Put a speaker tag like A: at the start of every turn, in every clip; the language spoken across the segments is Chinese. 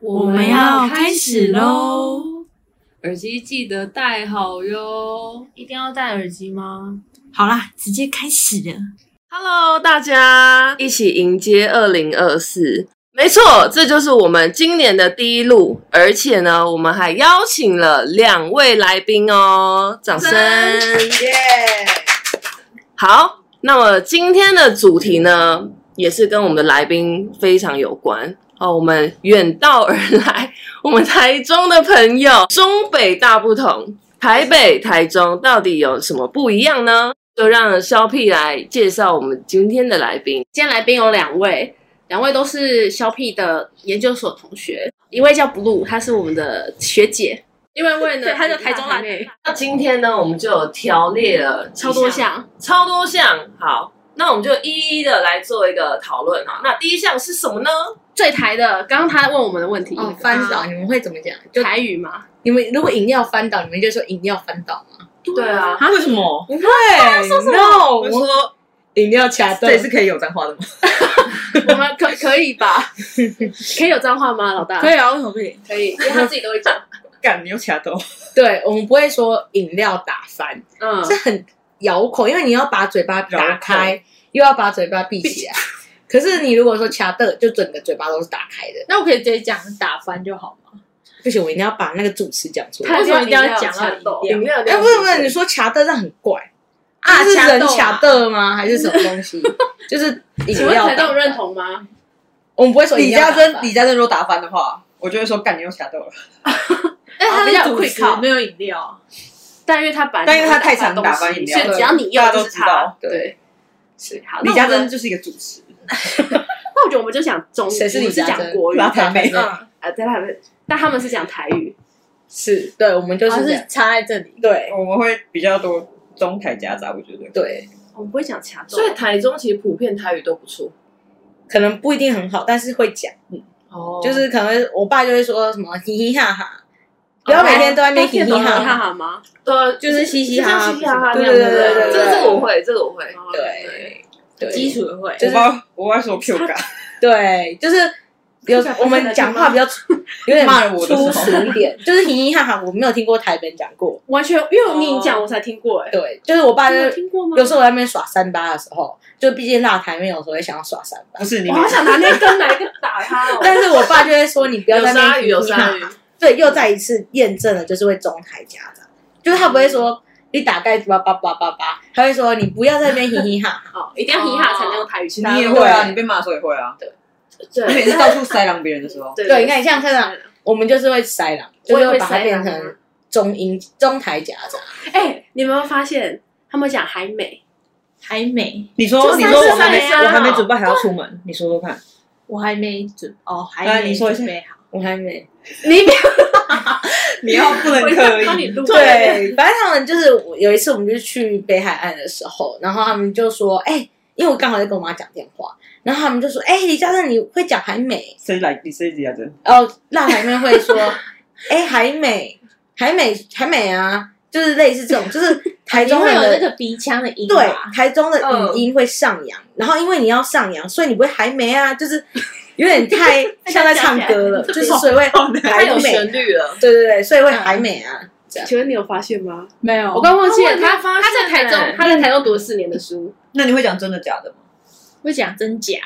A: 我们要开始喽！
B: 耳机记得戴好哟。
C: 一定要戴耳机吗？
A: 好啦，直接开始了。
D: Hello，大家一起迎接二零二四。没错，这就是我们今年的第一路，而且呢，我们还邀请了两位来宾哦，掌声！
E: 耶、
D: 好，那么今天的主题呢，也是跟我们的来宾非常有关哦。我们远道而来， 我们台中的朋友，中北大不同，台北、台中到底有什么不一样呢？就让肖屁来介绍我们今天的来宾。
C: 今天来宾有两位，两位都是肖 P 的研究所同学，一位叫 Blue，她是我们的学姐，另外一位呢，
B: 对她
C: 她叫
B: 叫台
C: 台中
B: 中
C: 辣
B: 辣
C: 妹
B: 妹，
D: 那今天呢，我们就有条列了几
C: 超多项。
D: 超多项。好，那我们就一一的来做一个讨论哈。那第一项是什么呢？
C: 最台的，刚刚她问我们的问题，
E: 哦，翻
F: 啊
E: 倒，你们会怎么讲？就
C: 台语嘛，
E: 你们如果饮料翻倒，你们就说饮料翻倒吗？
D: 对啊，
F: 啊？为什么？不会，no，我说
E: 饮料卡
F: 这也是可以有脏话的吗？
C: 我们可可以 吧？可以有脏话吗，老大？
F: 以啊，为什么可以？
C: 可以，因为他自己都会讲。
F: 干，你有卡头。
E: 对，我们不会说饮料打翻，
C: 嗯，
E: 是很咬口，因为你要把嘴巴打开，又要把嘴巴闭起来。可是你如果说卡的，就整个嘴巴都是打开的，
G: 那我可以直接讲打翻就好吗？
E: 不行，我一定要把那个主词讲出来。
C: 他
G: 为什么一定要
C: 一定要
G: 讲
C: 讲到
G: 到饮料？
D: 料
E: 哎、不是不是，你说卡的这样很怪
G: 啊
E: 这是人
G: 卡
E: 卡的吗？还是什么东西？就是饮
C: 请问
E: 料
C: 台
E: 打
C: 中有
E: 翻
C: 认同吗？
E: 我们不会说饮
F: 李
E: 料
F: 嘉
E: 打
F: 珍，
E: 翻
F: 李嘉珍如果打翻的话，我就会说干，你有卡头了。
G: 但
C: 哦
G: 它
C: 比较
G: 哎是主食
C: quick
G: 没有饮料，
C: 但因为他把，
F: 但因为他太常打翻饮料
C: 所以只要你用
F: 大家都
C: 就是
F: 知
C: 他
F: 道。
C: 对，是好。那
F: 李
C: 我
F: 嘉
C: 们
F: 珍就是一个主持，
C: 那我觉得我们就讲中，
E: 谁是
C: 我
E: 李
C: 们是
E: 嘉
C: 讲
E: 珍
C: 国语，
F: 拉台妹。
G: 嗯，
C: 啊，对，他们，但他们是讲台语，
E: 是对，我们就
G: 然后
E: 是这样
G: 是插在这里。
E: 对
F: 我们会比较多中台夹杂，我觉得。
E: 对。
C: 我们不会讲卡中。
D: 所以台中其实普遍台语都不错
E: 可能不一定很好，但是会讲，
D: 哦
E: 就是可能我爸就会说什么嘻嘻哈哈，不要每天都在那边嘻嘻
C: 懂
E: 哈
C: 哈
E: 哈，
C: 哈吗？
D: 对，啊
E: 就是嘻嘻哈哈，
D: 嘻嘻哈哈
E: 对
D: 那
E: 对
D: 样
E: 对对
D: 这
E: 对，
D: 个这个我会，这个我会。
C: 哦
E: 对对
G: 基础的会，
E: 就是
F: 我爸我爸说 Q 感，
E: 对，就是有我们讲话比较粗有点
F: 骂了我的时候
E: 粗俗一点， 就是嘻嘻哈哈，我没有听过台本讲过，
C: 完全，因为你讲我才听过，哎，
E: 对，就是我哦爸就
C: 你有听过吗？
E: 有时候我在那边耍三八的时候，就毕竟辣台面，有时候会想要耍三八
F: 不，是你
C: 我。好想拿那根来一个打他 哦。
E: 但是我爸就会说你不要
D: 有
E: 在那
D: 鲨
E: 边
D: 鱼，有
E: 嘻嘻哈哈
D: 鲨鱼，
E: 对，又再一次验证了，就是会中台家长，就是他不会说你打盖叭叭叭叭叭，他会说你不要在那边嘻嘻哈 哈。
C: 哦，一定要嘻哈才能用台
E: 哦
C: 语。
F: 你也会啊，你被骂的时候也会啊。你每
C: 对
F: 次到处塞狼别人的时候，
C: 对
E: 对，你看你像看到我们就是会塞狼，就
C: 我也
E: 是
C: 会
E: 会把它
C: 塞
E: 变
C: 狼啊
E: 成中英中台夹杂，
C: 哎，你有没有发现他们讲还美？
G: 还没，
F: 你
C: 就
F: 说
C: 三
F: 你说
C: 十
F: 我还没
C: 三啊
F: 我还没准备还要出门，你说说看。
G: 我还没准哦，还
F: 来
G: 没
F: 你说一下
G: 准备好。
E: 我还没。
C: 你
F: 你要不能刻
C: 帮你
F: 意。
C: 录
E: 对，反正他们就是我有一次我们就去北海岸的时候，然后他们就说，哎、因为我刚好在跟我妈讲电话，然后他们就说，哎、李嘉诚你会讲还美？
F: 谁来？你谁李嘉珍？
E: 然后辣台妹会说：“哎、海美，海美，海美啊！”就是类似这种，就是台
G: 你
E: 中
G: 会
E: 人
G: 有那
E: 的
G: 个鼻腔的音
E: 对
G: 吧？
E: 台中的语音会上扬，然后因为你要上扬，所以你不会海美啊，就是有点太像在唱歌了，就是所以会
D: 太
E: 海
D: 有
E: 美，
D: 旋律了。
E: 对对对，所以会海美啊。
C: 请问你有发现吗？
G: 没有
C: 我刚忘记了，
D: 他
C: 他
D: 我也没
C: 他在
D: 发现
C: 台中
D: 哎，
C: 他在台中读了四年的书，
F: 那你会讲真的假的吗？
G: 会讲真假，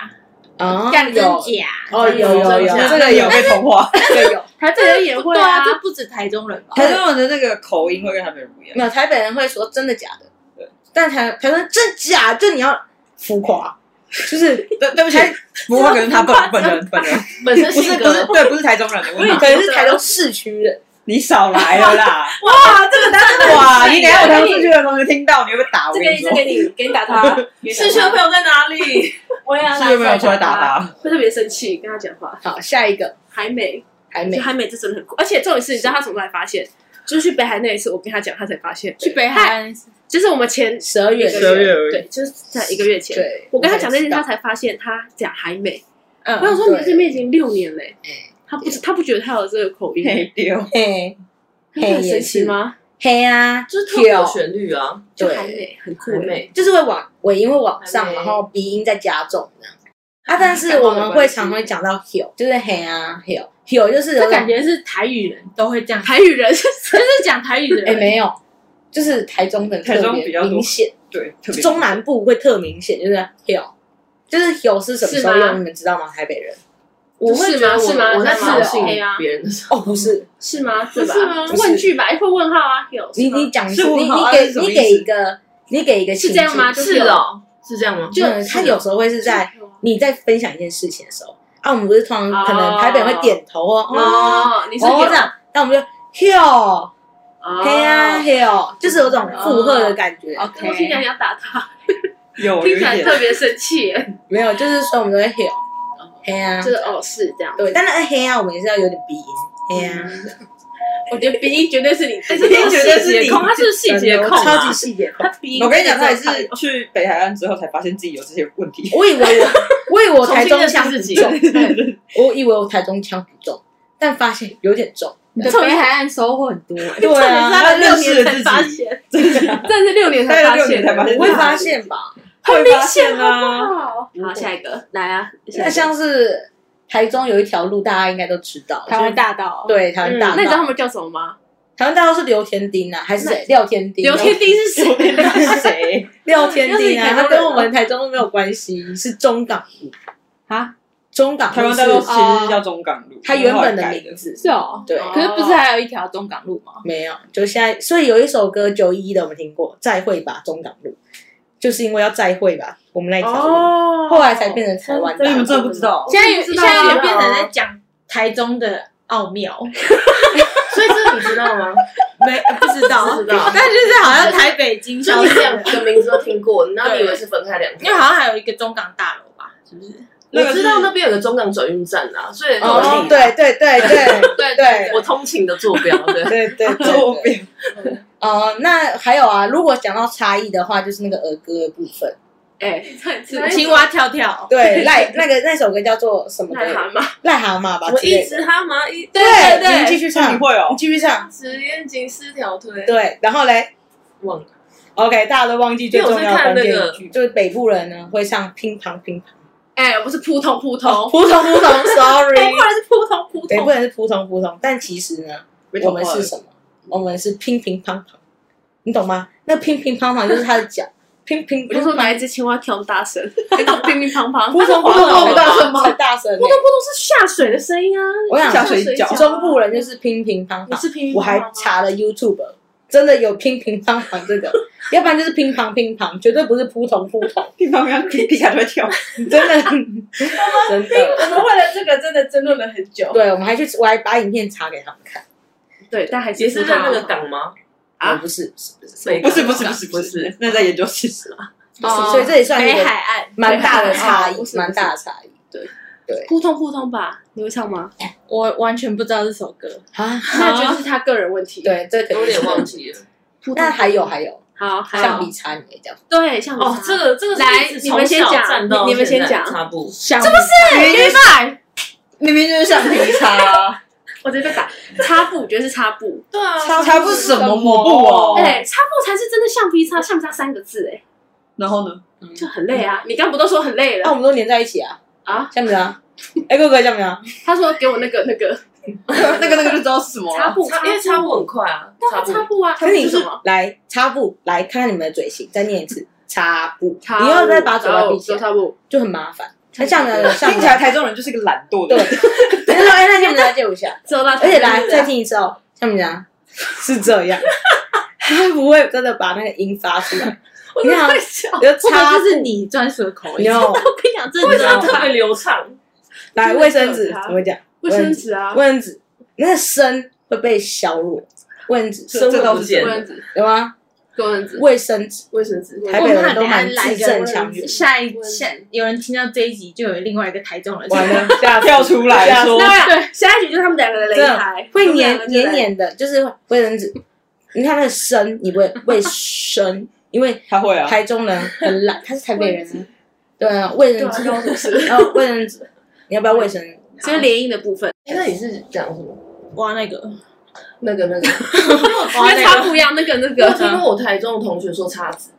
E: 哦，
G: 讲真
E: 有
G: 假。
E: 哦有有有
F: 那
E: 这个有
F: 有被同化。
E: 这个有，
C: 台北人也会
G: 对啊，这不止台中人吧？
F: 台中人的那个口音会跟他们不一样。
E: 没有台北人会说真的假的，
F: 对，
E: 但台台湾真假就你要浮夸，就是
F: 对，对不起，不过可能他本本人本人
D: 本身
F: 不是
D: 性
F: 不是
D: 格
F: 对，不是台中人的问题，
E: 可能是台中市区人。
F: 你少来了啦！
C: 哇，这个答案
F: 哇，你等一下我台中市区的同学听到，你会被打。我
C: 这
F: 跟
C: 个
F: 你
C: 这
F: 说，
C: 个你给你打 他，
D: 是学朋友在哪里？
C: 我也要
F: 是有没有出来打他？
C: 会特别生气，跟他讲话。
E: 好，下一个
C: 还美，
E: 还
C: 就
E: 没。
C: 还美，这真的很酷。而且重点是，你知道他什么时候才发现？就是去北海那一次，我跟他讲，他才发现。
G: 去北海岸
C: 就是我们前
E: 十二月
C: 一个
F: 十二月而已
C: 对，就是在一个月前。
E: 对，
C: 我跟他讲那天，他
E: 我才知道
C: 才发现他讲还美。
G: 嗯
C: 我想说，你在
E: 对
C: 这边已经六年嘞
E: 哎，
C: 他不他不觉得他有这个口音，
F: 嘿丢，
E: 嘿，
C: 你很神
E: 也
C: 奇
E: 是
C: 吗？
E: 嘿啊，
D: 就是特别有旋律啊，
C: 就
E: 对
C: 还美，很酷
D: 很
C: 欸。
D: 美。
E: 就是会往尾音会往
D: 还
E: 上，
D: 没
E: 然后鼻音再加重这样。啊，但是我们会常会讲到 hill，就是嘿啊 hill，有就是有
G: 这感觉是台语人都会这样，
C: 台语人是
G: 就是讲台语的
E: 哎、
G: 人，
E: 没有，就是台中的
F: 台
E: 特
F: 中
E: 别
F: 比较多
E: 明显，
F: 对，特别
E: 中南部会特明显，就是 hill，就是 hill 是什么时候
C: 是吗
E: 用？你们知道吗？台北人
C: 我会觉得我
D: 是吗？
C: 我
D: 在
C: 在
G: 是哦
D: 挑
C: 挑
D: 衅
C: 衅啊，
D: 别人的时候，
E: 哦，不是，
C: 是吗？对吧
F: 不是吗？
E: 不是
C: 问句吧，会问号啊，有是
E: 你
C: 吗
E: 你讲一次
F: 是我
E: 你你
F: 好像
E: 给
F: 是什么
E: 你
F: 意思
E: 给一个你给一个
C: 是
E: 情
C: 这样吗？
E: 境
C: 就是
D: 哦，是这样吗？
E: 就
C: 就是
E: 他有时候会是在你在分享一件事情的时候，啊，我们不是通常可能
C: 哦
E: 台北人会点头哦，哦，
C: 哦，你是
E: 哦
C: 有
E: 这样，那我们就 hill，
C: 哦
E: 嘿啊 hill，就是有种附和的感觉，
C: 我听起来你要打他，
F: 有有
C: 听
F: 一
C: 起来
F: 点
C: 特别生气耶，
E: 没有，就是说我们都会 hill，嘿啊
C: 就，是哦是这样，
E: 对，但那黑啊，我们也是要有点鼻音，黑啊。
G: 我觉得鼻音绝对是你自
C: 哎
G: 己
C: 这
G: 的，
C: 种
F: 觉得是
C: 细节
F: 你
D: 哦
C: 控，
E: 超
C: 他是细节控啊
E: 级，细节控。
C: 他鼻音
F: 我跟你讲，他也
C: 真的
F: 是去北海岸之后才发现自己有这些问 题。
E: 我以为我，我以为我台中
D: 重新认
E: 腔
D: 识自己
E: 不重，我以为我台中腔不重，但发现有点重。
G: 你的北海岸收获很多，哎
E: 对啊，
F: 他认识了自己，
C: 但是六年
F: 大
C: 才
F: 概
C: 发
F: 六年
C: 现，
F: 才发现，
E: 我会发，现吧？
F: 会发现啊。
C: 好，好下一个来啊，下
E: 那
C: 一个
E: 像是台中有一条路，大家应该都知道，
G: 台湾大道，
E: 就是对台湾
C: 嗯
E: 大
C: 那你知道他
E: 道，
C: 们叫什么吗？
E: 台湾大道是刘天丁啊，还是谁？廖天哦丁？
C: 刘天丁是谁？
F: 是谁？
E: 廖天丁啊，
C: 又是
E: 他
C: 台中人
E: 跟我们台中没有关系，是中港
G: 啊，
E: 中港
F: 台湾大
E: 大道
F: 道其实是叫中港路，
E: 他原本
F: 然
E: 的
F: 后后来改
E: 名字
G: 是哦，
E: 对。
C: 哦
G: 可是不是还有一条中港路吗？
E: 没有，就现在，所以有一首歌九一的，我们听过《再会吧中港路》，就是因为要再会吧，我们那一条路，
C: 哦
E: 后来才变成台湾
F: 那
E: 大
F: 你们
E: 道。
F: 真的不知道？
G: 现在有
C: 知
G: 现
C: 道
G: 在
C: 啊
G: 也变成在讲台中的奥妙，
D: 所以这你知道吗？
E: 没不知道，
D: 知道
E: 但就是好像台北经
D: 就
E: 销
D: 你
E: 这
D: 两
E: 样，
D: 个名字都听过，然后你以为是分开两
G: 因为
D: 条。
G: 好像还有一个中港大楼吧，是不是？
F: 那
D: 我
F: 个
D: 知
F: 是
D: 道那边有个中港转运站啊，所以
E: 哦，对对对对
C: 对
E: 对
D: 我通勤的坐标， 对，
E: 对对
F: 周
E: 对。
F: 边
E: 哦，那还有啊，如果讲到差异的话，就是那个儿歌的部分，
C: 哎，
G: 是青蛙跳跳，
E: 对癞那个那首歌叫做什么的？
C: 癞蛤蟆，
E: 癞蛤蟆吧
C: 我
E: 之
C: 一
E: 类的。
C: 只蛤蟆一
G: 对
E: 对
G: 对
E: 你继续
F: 你
E: 唱，
F: 会哦
E: 你？继续唱。
C: 只眼睛四 条腿，
E: 对，然后嘞
D: 忘了。
E: OK，大家都忘记最重要的关键
C: 因为我
E: 一
C: 是
E: 句，就是北部人呢会唱乒乓乒乓，
C: 哎，不是扑通扑通，
E: 扑通 扑通
C: 哎，
E: ，sorry
C: 不。然是扑通扑
E: 北部
C: 通，
E: 人是扑通扑通，但其实呢，我们是 什么？我们是乒乒乓乓，你懂吗？那乒乒乓乓就是他的脚，乒乒
C: 我
E: 乓
C: 就说
E: 乓，
C: 哪一只青蛙跳大声，啊那个乒乒乓乓，
E: 扑通扑
C: 它是
E: 通
C: 滑倒
E: 扑
C: 的吗
E: 通，很大声欸。
C: 扑通是下水的声音啊，
E: 我想
F: 下水饺
E: 中部人就是乒乒乓
C: 你
E: 乓，
C: 是乒乓乓吗
E: 我还查了 YouTube，真的有乒乒乓乓这个，要不然就是乒乓乒乓，绝对不是扑通扑通，
F: 乒乓乓 皮皮卡就会跳，
E: 真的真的。
G: 我们为了这个真的争论了很久。
E: 对，我们还去，我还把影片查给他们看。
C: 对，但还
D: 也是在那个
C: 港
D: 港吗？
C: 啊
E: 哦不是，不是不是，
F: 不是不是不是
D: 不是，，
F: 那在研究室
E: 不是哦所以这也算一
G: 北
E: 个
G: 海岸，
E: 蛮大的差
C: 哦
E: 异
C: 不是不，是
E: 蛮大的差异
C: 扑通扑通吧，你会唱吗？
G: 我完全不知道这首歌，
E: 啊。
C: 那就是他个人问题。，
E: 对，这
D: 我
E: 肯
D: 有
E: 定
D: 点
E: 是
D: 忘记了。
C: 扑
E: 那
C: 通
E: 还有还有
C: 好，还
E: 橡
C: 有
E: 皮擦，你也讲
C: 对橡皮擦
D: 哦，这个这个是
C: 来
D: 一直
C: 你们先
D: 从小
C: 讲
D: 站到
C: 你你们先
D: 现在
C: 讲
D: 差不多。
G: 这不
C: 哎
G: 是约拜，
F: 明明就是橡皮擦，
C: 我直接被打擦布，我觉得是擦布。
D: 对啊，
F: 擦不什么抹布哦。
C: 哎，擦布才是真的橡皮擦，橡皮擦三个字，哎，
F: 然后呢？
C: 就很累啊。你刚不都说很累
E: 那我
C: 了
E: 们都粘在一起啊
C: 啊？
E: 像不像？哎，哥哥像不 像？
C: 他说给我那个那个
F: 那个那个就知道是什么
C: 擦
F: 了。
C: 布，
D: 擦，因为擦布很快啊，
C: 对
D: 擦
C: 啊，
D: 布
C: 擦布啊，
E: 可是你
C: 是什么？
E: 来擦布，来看看你们的嘴型，再念一次擦布，
C: 擦
E: 你要
C: 布
E: 再把嘴巴
C: 然后
E: 闭
C: 我
E: 起
C: 说
E: 来，
C: 擦布，
E: 就很麻烦。
C: 擦
E: 那
C: 布
E: 像呢？像
F: 听起来台中人就是个懒惰的
E: 对，
F: 人，
E: 你就说哎，那你们来借我一下，
C: 遮到，
E: 而且来再听一次哦，像不像？是这样，他不会真的把那个音发出来。
C: 我
E: 你
C: 真的
E: 看
C: 会笑。
E: 就擦
G: 这
E: 布
G: 是你专属的口音。
E: ，no，
C: 我跟你讲，这
D: 为什么
C: 真的
D: 特别流畅？
E: 来
C: 真的
E: 卫生
C: 有
E: 纸
C: 差
E: 怎么讲？
C: 卫生纸啊，
E: 卫生纸那个声会被削弱，卫生纸
F: 这这
D: 生
F: 倒
D: 物不
F: 是
D: 见
F: 真
C: 卫
F: 的
D: 了。
C: 生纸，
E: 有吗？
C: 卫生纸，
E: 卫生纸，
C: 卫生纸，
E: 台
G: 我
E: 北人
G: 们怕
E: 都
G: 等一下
E: 蛮
G: 来
E: 字正腔圆
G: 个，下一下有人听到这一集，就有另外一个台中人
E: 完了吓死
F: 跳出来说
C: 那
E: 吓死
C: 我俩下一局就是他们两个的擂台，
E: 会
C: 黏
E: 黏黏，黏的，就是卫生纸。你看那个声，你不会卫生，因为
F: 他会啊，
E: 台中人很懒，他是台北人啊，对啊，卫
C: 对
E: 生
C: 啊，
E: 纸，
C: 高中是，
E: 然后卫生纸，你要不要卫 生？
C: 就是联姻的部分，
D: 哎，那你是讲什么？
G: 哇 那个
D: 那个那 个，
C: 因为擦不一样，那个那
D: 我 听
C: 个
D: 过我台中的同学说叉子，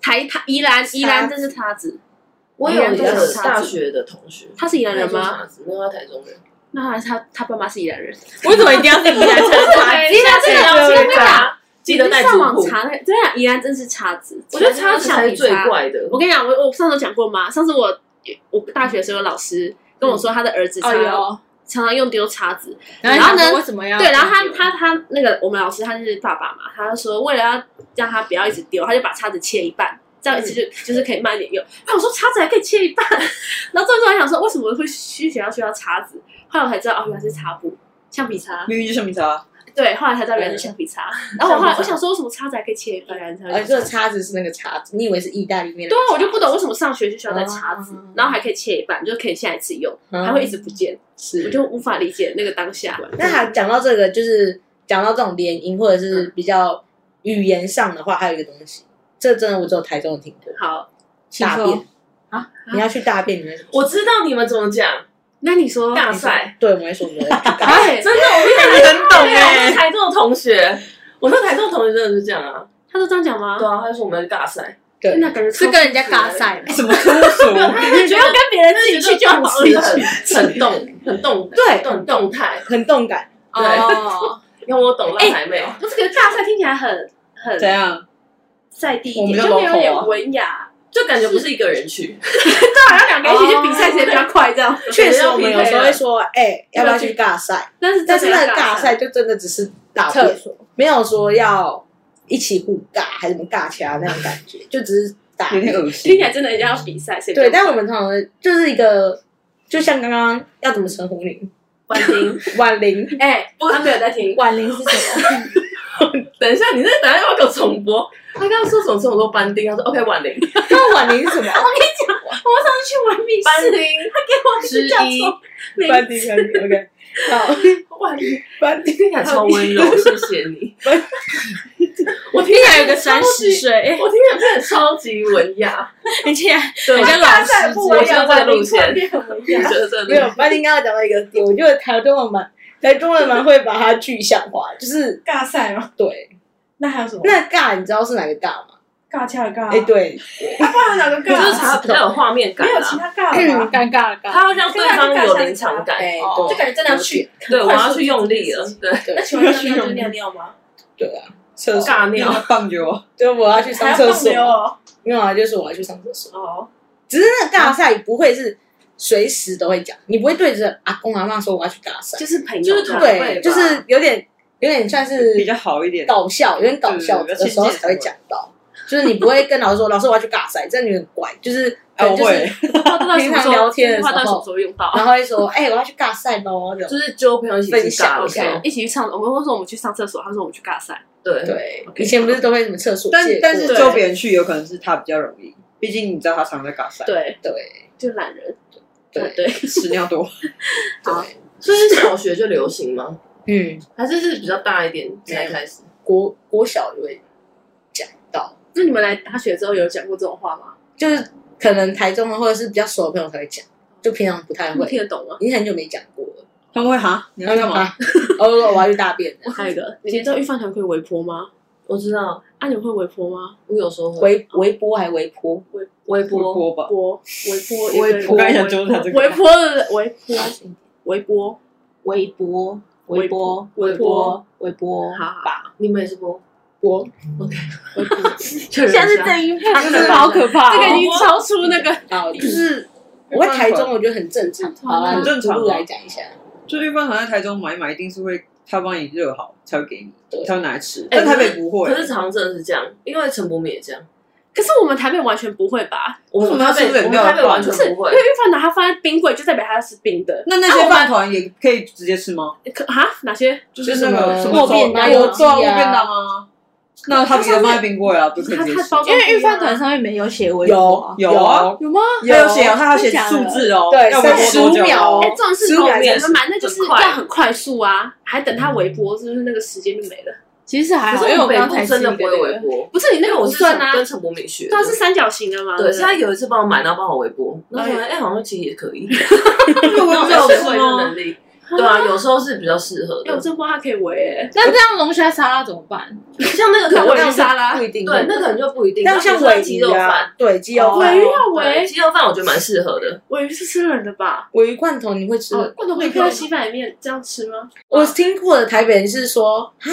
C: 台台宜兰宜兰这是叉子，
D: 我
C: 宜
D: 有
C: 兰
D: 一
C: 都是
D: 个
C: 叉子
D: 大学的同学，
C: 他是宜兰人
D: 他也说
C: 吗？
D: 叉子？没有，他台中人。
C: 那后来他他爸妈是宜兰人，
D: 为什么一定
G: 哦
D: 要自己来查查？
C: 宜兰真的
D: 要
C: 真
D: 去
C: 的
D: 查，记得带
C: 上
D: 族
C: 网
D: 谱。
C: 查那个，对啊，宜兰真是叉子，
D: 我觉得叉子才是最
C: 小米叉
D: 怪的。
C: 我跟你讲，我我上次有讲过吗？上次我我大学的时候，有老师跟我说他的儿 子常常、常常用丢叉子，嗯哦然后呢
G: 然后为什么要？
C: 对，然后他他他那个我们老师他是爸爸嘛，他就说为了要让他不要一直丢，他就把叉子切一半。这样一次就、就是可以慢一点用。那我说叉子还可以切一半， 然后这时候还想说为什么会需学校需要叉子？后来我才知道哦，原来是擦布，橡皮擦。
F: 明明就橡皮擦，
C: 对，后来才知道原来是橡嗯皮擦。哦然后我后来我想说为什么叉子还可以切一半，然后才
E: 而这个叉子是那个叉子，你以为是意大利面的
C: 对
E: 叉
C: 啊
E: 子？，
C: 我就不懂为什么上学就需要带叉子，
E: 哦
C: 然后还可以切一半，就可以下一次用，
E: 嗯
C: 还会一直不见，我
E: 是。
C: 就无法理解那个当下。
E: 那还讲到这个，就是讲到这种联姻或者是比较语言上的话，还有一个东西，这真的我只有台中有听过，
C: 好，
E: 大
F: 说
E: 便啊，你要去大便，你们
D: 我知道你们怎么讲
C: 那你说
D: 大赛，
E: 对我们来说，我们来去
C: 哎，
D: 真的，我跟你讲，很懂
C: 哎
D: 我是台中的同学，我说台中的同学真的是这样啊，
C: 他都这样讲吗
D: 对？啊，他就说我们是大赛，
E: 对
C: 那感觉
G: 是
C: 超
G: 跟人家尬赛吗？
F: 什么粗俗？
D: 他觉得跟别人自己
C: 去就好
D: 自己去，很动，很动，
E: 对
D: 很动态。
E: 很动感，
G: 哦，
D: 因为我懂
C: 哎
D: 了，还没有。
C: 不是，可是大赛听起来很很
F: 怎样？
C: 在地
F: 我
C: 一
F: 们
C: 点，
F: 就
C: 就没有
F: local 啊
C: 点文雅，
D: 就感觉不是一个人去，
C: 好像两个人一起去比赛谁比较快这样。
E: 确实我们有时候
D: 要匹
E: 会
D: 配啊
E: 说，哎，要不要去尬赛？
C: 但是
E: 但是那个
C: 大
E: 尬赛，就真的只是大
D: 厕
E: 便，没有说要一起互尬还是什么尬掐那种感觉，就只是打
F: 有点恶
C: 听
F: 心
C: 起。来真的人家要比赛谁比较
E: 对，
C: 快
E: 但我们通常就是一个，就像刚刚要怎么称呼你？
C: 婉婷，
E: 婉玲，
C: 哎，他没有在听，
E: 婉玲是什么？
D: 等一下，你那等一下要不要给我重播？他刚刚说什么？说我说班丁，他说 OK 婉玲，
E: 那婉玲是 什么？
C: 我上次去玩密室，
D: 丁
C: 之一，
E: 班迪，班迪，OK，好，
D: 婉玲，
E: 班迪，
D: 听起来超温柔，谢谢你。我听起来有个三十岁，我听起来真的超级文雅，
G: 而且
D: 对，
G: 人家老师
D: 我觉得这个路线，我 觉得这个路
E: 没有
D: 线，
E: 班迪刚刚讲到一个点，我觉得台中人蛮台中人蛮会把它具象化，就是
F: 尬赛吗？
E: 对。
F: 那还有什么？
E: 那尬你知道是哪个尬吗？
F: 尬掐的尬啊？
E: 哎，对，
F: 还有哪个
D: 就是
F: 尬？
D: 才
C: 啊
D: 比较有画面感
F: 没有其
D: 啊。
F: 他尬的
G: 嗯
F: 吗？
G: 尴尬了，尬。
D: 他要让对方有临场感，
E: 哎，
F: 哦
E: 对，
F: 就
E: 感觉真的要去
D: 对我要去用力了，对，
E: 那
B: 请问尿尿就是尿尿吗？
E: 对啊，厕所，
D: 尬
F: 那
D: 尿，
F: 个棒球啊，
E: 就我要去
B: 还
E: 上
B: 要
E: 厕
B: 放
E: 所，
B: 牛哦？
E: 没有啊，就是我要去上厕所。
B: 哦，
E: 只是那个尬赛不会是随时都会讲，你不会对着阿公阿妈说我要去尬赛，
C: 就是朋友，
D: 就是
C: 这样
D: 突然会
E: 对，
D: 吧
E: 就是有点有点算是
F: 比较好一点。
E: 搞笑，有点搞笑的时候才会讲到，就是你不会跟老师说老师我要去尬赛，这样有点怪，就是可
F: 哎，我
E: 能就是
F: 会，
C: 话到底什么时
E: 平常
C: 候
E: 聊天的时候
C: 话到底什么时候用到？
E: 然后会说哎我要去尬赛咯，这种
D: 就是揪朋友一起去尬
E: 分享
D: 尿，
C: 一起去唱，我们会说我们去上厕所，他说我们去尬赛，
D: 对，
E: 对，
C: OK
E: 以前不是都会什么厕所
F: 但
E: 借过，
F: 但是
E: 对
F: 周别人去有可能是他比较容易，毕竟你知道他常在尬赛，
C: 对，
E: 对
C: 就懒人，
E: 对
C: 对，
F: 屎尿多。
E: 啊
D: 所以小学就流行吗？
E: 嗯
D: 还是是比较大一点才开始？
E: 国国小就会讲到，
C: 那你们来大学之后有讲过这种话吗？
E: 就是可能台中或者是比较熟的朋友才会讲，就平常不太
C: 他们听
E: 会，
C: 得懂吗？
E: 已经很久没讲过了。
F: 他们会哈？你要干嘛？
E: 啊？ 哦，我要去大便。
C: 还有一个，你们知道预饭团可以微波吗？
D: 我知道，
C: 啊，你们会微波吗？
D: 我有时候会
E: 微微波还微波，
D: 微
F: 波
D: 波，
F: 波吧。
C: 波微波，也
F: 微
C: 可以
F: 波我刚才想纠正这个
C: 微波的微波微波，
H: 微波，
C: 微
H: 微波，
C: 微
H: 微
C: 波
H: 波，微波
C: 好好
H: 吧。
D: 你们也是波，
E: 波
D: OK，确 认
G: 现在
D: 一
G: 是
D: 下。
G: 正音配，
D: 真的
G: 好可怕哦。
C: 这个已经超出那个
E: 啊，就是我在台中，我觉得很正常。好啦，
F: 很正常啊
E: 你来讲一下，
F: 就预饭团在台中买一买，一定是会他帮你热好才会给
E: 对
F: 你，才会拿来吃。
D: 哎
F: 但台北不会
D: 可，是常常真的是这样，因为陈柏敏也这样，
C: 可是我们台北完全不会吧？
D: 我
F: 为什
D: 们
F: 么要
D: 台北
F: 吃
D: 我
F: 冷
D: 们
F: 料
D: 台北完
C: 不是，
D: 全
C: 因
D: 不会
C: 为。预饭团它放在冰柜，就代表它要是冰的。
F: 那那些饭团也可以直接吃吗？
C: 可哈哪些？
F: 就是那个什
E: 莫
F: 么
E: 便当
F: 当
E: 油鸡
F: 对
E: 啊
F: 啊，莫便当啊。那他直接放在冰柜啊，不是
C: 它
F: 可以直接
C: 它
F: 吃？
C: 包装
G: 因为预饭
C: 不一样啊
G: 团上面没有写微波
E: 有
G: 啊，
F: 有啊，
G: 有吗？
F: 他有写哦，他还有写
G: 真假
F: 数
G: 的
F: 字哦，
E: 对
F: 要微波多久
E: 15秒哦
C: 哎，重点是
E: 吃
C: 我
E: 起来
C: 们
D: 真是
C: 买那就是
D: 很快
C: 要很快速啊，还等它微波，就是那个时间就没了。
G: 其实还
D: 可
G: 好，
D: 是
G: 哎因为
D: 我
G: 我
D: 北
G: 刚
D: 部
G: 才
D: 真的
G: 吃一
D: 不
G: 个
D: 会
G: 这
D: 微
G: 个，
D: 波，
C: 不是你那
D: 因为
C: 个
D: 我
C: 不
D: 是
C: 算啊，
D: 跟陈柏敏学的
C: 它。是三角形的吗？
D: 对，
C: 不
D: 是他有一次帮我买，然后帮我微波，那时候
C: 哎
D: 哎，好像其实也可以，
F: 对，我
D: 那种
F: 有这
D: 有
F: 种
D: 学会
F: 吃
D: 的
F: 吗？
D: 能力。对啊，有时候是比较适合
C: 哎，我
D: 的。
C: 真不知道它可以围诶，
G: 那这样龙虾沙拉怎么办？
D: 像那个可
C: 可
D: 能
C: 围沙拉
E: 不，一定。
D: 对，那可能就不一定。
E: 但像尾
D: 鸡
E: 鱼
D: 肉饭，
E: 啊，对鸡肉饭
C: 尾鱼，要
D: 对，
C: 围，
D: 鸡肉饭我觉得蛮适合的。
C: 尾鱼是吃人的吧？
E: 尾鱼罐头你会吃？
C: 哦，罐头可以配在稀饭里面这样吃吗？
E: 我听过的台北人是说啊，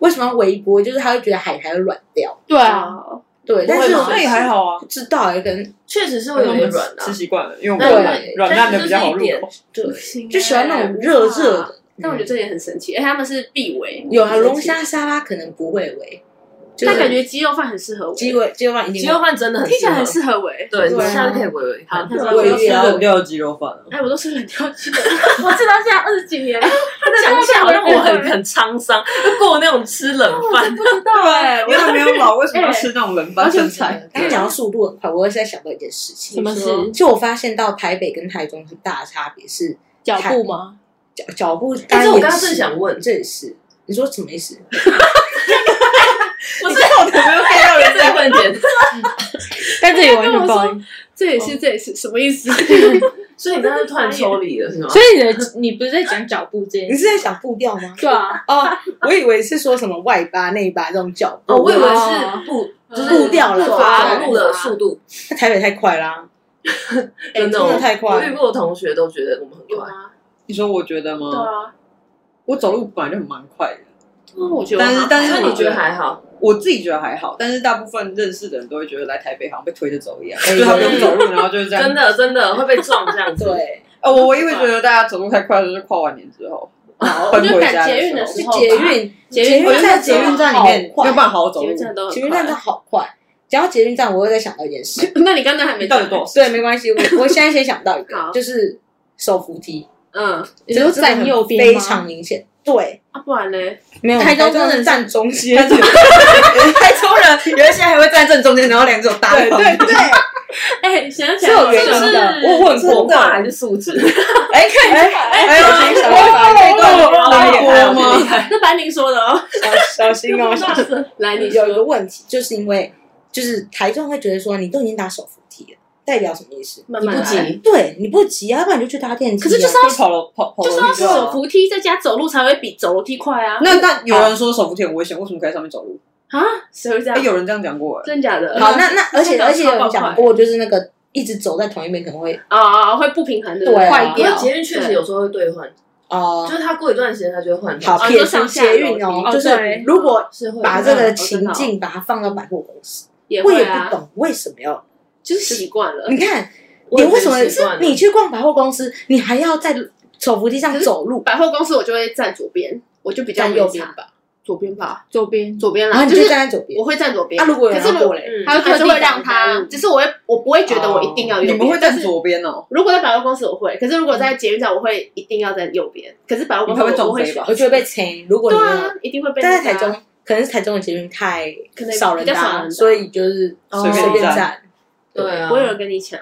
E: 为什么要微波？就是他会觉得海苔会软掉。
G: 对，
C: 啊，
E: 对，但是
D: 会
E: 我
D: 吗
F: 那也还好啊
E: 不，知道哎，可能
D: 确实是会
F: 嗯
D: 有点软的
F: 吃。习惯了，因为我
D: 对
F: 们软软烂的比较好入
D: 但是就
F: 口。
E: 对
C: 不行
E: 就喜欢那种
C: 欸
E: 热热。的。
C: 但我觉得这点很神奇，而且他们是必围，
E: 有啊，
C: 很神奇
E: 龙虾，沙拉可能不会围，
C: 但感觉鸡肉饭很适合围，
E: 鸡尾鸡尾饭一定
D: 鸡肉饭真的很
C: 听起来很
D: 适
C: 适合欸围。
D: 合，对，
E: 对啊
D: 你下次可以喂喂看。
C: 好，那
E: 尾
C: 我
E: 鱼啊
F: 冷掉的鸡肉饭啊，
C: 哎，我都吃冷掉鸡肉，
G: 我吃到现在二十几年 了，
D: 讲一下，我让我很很沧桑，过那种吃冷饭。
C: 啊
F: 对，因为还没有老，为什么要吃那种冷
G: 而
F: 饭
G: 且
F: 生菜？
E: 刚刚讲到速度很快，我现在想到一件事情，
H: 什么
C: 说
H: 事？
E: 就我发现到台北跟台中很大的差别是
H: 脚步吗？
E: 脚脚步，
D: 但是我刚刚
E: 也
D: 正想问
E: 这也是你说什么意思？
D: 不是，我没有看到人在问 点，
H: 但这里完全
C: 跟
H: 不好
C: 我
H: 意思。
C: 这也是这也是什么意思？
D: 所以你刚才突然抽离了是吗？
G: 所以你的你不是在讲脚步这件
E: 你
G: 事？
E: 是在想步调吗？
G: 对啊，
E: 哦，我以为是说什么外八内八这种脚步，啊
D: 哦，我以为是步，就是
E: 步调啦
D: 啊步伐
E: 对
D: 走路的速度，
E: 那台北太快啦，
D: 真的
E: 哎真
D: 哦
E: 的太快
D: 我遇过的同学都觉得我们很
C: 有
D: 快，
C: 吗？
F: 你说我觉得
C: 对
F: 吗？
C: 啊，
F: 我走路本来就很蛮快的，
C: 那我觉得
F: 但是但是
D: 所以你
F: 我
D: 觉得还好？
F: 我自己觉得还好，但是大部分认识的人都会觉得来台北好像被推着走一样，
E: 哎
F: 就他不用走路，然后就是这样。
D: 真的真的会被撞这样子。
E: 对，
F: 哦，我唯一会觉得大家走路太快，就是跨完年之后，
C: 我
F: 奔
C: 觉得
F: 回家
C: 赶
F: 的
C: 捷运的
F: 时候，
C: 时
E: 就
C: 候
E: 捷
C: 吧，
E: 运，
C: 捷运
E: 捷运在捷运站里面
F: 没有
E: 快，
F: 办法好好走
C: 捷
F: 路
C: 运。站都很
E: 捷运站
C: 快
E: 都好快。讲到捷运站，我又在想到一件事，
C: 那你刚才还没
F: 你到底多少？
E: 对，没关系，我我现在先想到一个
C: 好，
E: 就是手扶梯，
C: 嗯，
G: 你就
E: 这个真的
G: 站
E: 很
G: 右边
E: 非
G: 吗
E: 常明显，对。
C: 啊，不然嘞，
E: 没有，
G: 台中真的
E: 是
G: 是
E: 站中间，
F: 但是有台中人有一些还会站正中间，然后两只手搭在旁边。
E: 对，
C: 哎，想起
E: 是
C: 来
E: 有
C: 了
E: 原因的。我我很
D: 国
E: 国
D: 画
E: 化，
D: 还是素质？
E: 哎，看哎哎，小心小
F: 我我
E: 心
C: 这白灵说的哦。
E: 小心哦，小心！
C: 来，你
E: 有一个
C: 说
E: 问题，就是因为就是台中会觉得说，你都已经打手扶梯了，代表什么意思？
C: 慢慢
D: 不
C: 来。
D: 急，
E: 对你不急啊，要不然你就去搭电梯啊。
C: 可是就是要
F: 跑楼跑跑
C: 就是
F: 楼
C: 要
F: 梯就好
C: 手
F: 了。
C: 扶梯在家走路才会比走楼梯快啊！
F: 那但有人说手扶梯很危险，为什么可以在上面走路？
C: 啊，谁会这
F: 哎，
C: 样？
F: 有人这样讲过哎。
C: 真假的？
E: 好，那那而且
C: 那个
E: 而且有
C: 超
E: 人
C: 爆
E: 讲
C: 快
E: 过，就是那个一直走在同一边可能会
C: 啊啊啊，会不平衡的，
E: 对啊
C: 坏
D: 因为
C: 掉。
D: 捷运确实有时候会兑换，
E: 哦
D: 就，是他过一段时间他就会换
E: 好
D: 票，
C: 哦
E: 撇
C: 就
E: 除
C: 上下
E: 捷运
C: 楼
E: 哦，
G: 梯
E: 就
G: 哦
E: 是
G: 对
E: 如果
D: 是会
E: 把
D: 换
E: 这个
C: 哦真的
E: 情
C: 哦
E: 境把它放到百货公司，
C: 也
E: 我
C: 会
E: 也
C: 啊呃
E: 不，懂为什么要
C: 就是习惯了。
E: 你看，
D: 我也
E: 你
D: 觉得
E: 为什么
D: 习惯了
E: 你去逛百货公司，你还要在手扶梯上走路？
C: 百货公司我就会站左边，我就比较
E: 站
C: 没
E: 右
C: 差
E: 边吧，
C: 左边吧，
G: 左边
C: 左边
E: 然后
C: 啦，
E: 你
C: 是
E: 就站在左边
C: 我。会站左边。
E: 啊，如果有
C: 可
E: 人
C: 是
E: 要过
C: 我
E: 来，
D: 嗯
C: 还是
G: 特地
C: 会让
G: 挡
C: 他
G: 路，
C: 只是我会我不会觉得我一定要右
F: 你
C: 边。
F: 们会
C: 但
F: 站
C: 是
F: 左边哦？
C: 如果在百货公司我会，可是如果在捷运站我会一定要在右边。可是百货公司
F: 你会不会
C: 我
F: 撞
C: 我会
F: 飞
C: 选
F: 吧
E: 我嗯就会被牵。如果你
C: 对
E: 没
C: 啊
E: 有，，
C: 一定会被
E: 但
C: 那
E: 在
C: 个啊。
E: 台中，可能是台中的捷运太
C: 可能
E: 少人
C: 比较少人
E: 搭，
C: 搭
E: 所以就是
F: 随
E: 随
F: 便
E: 便
F: 站
E: 站，
D: 对啊
C: 不，会有人跟你抢。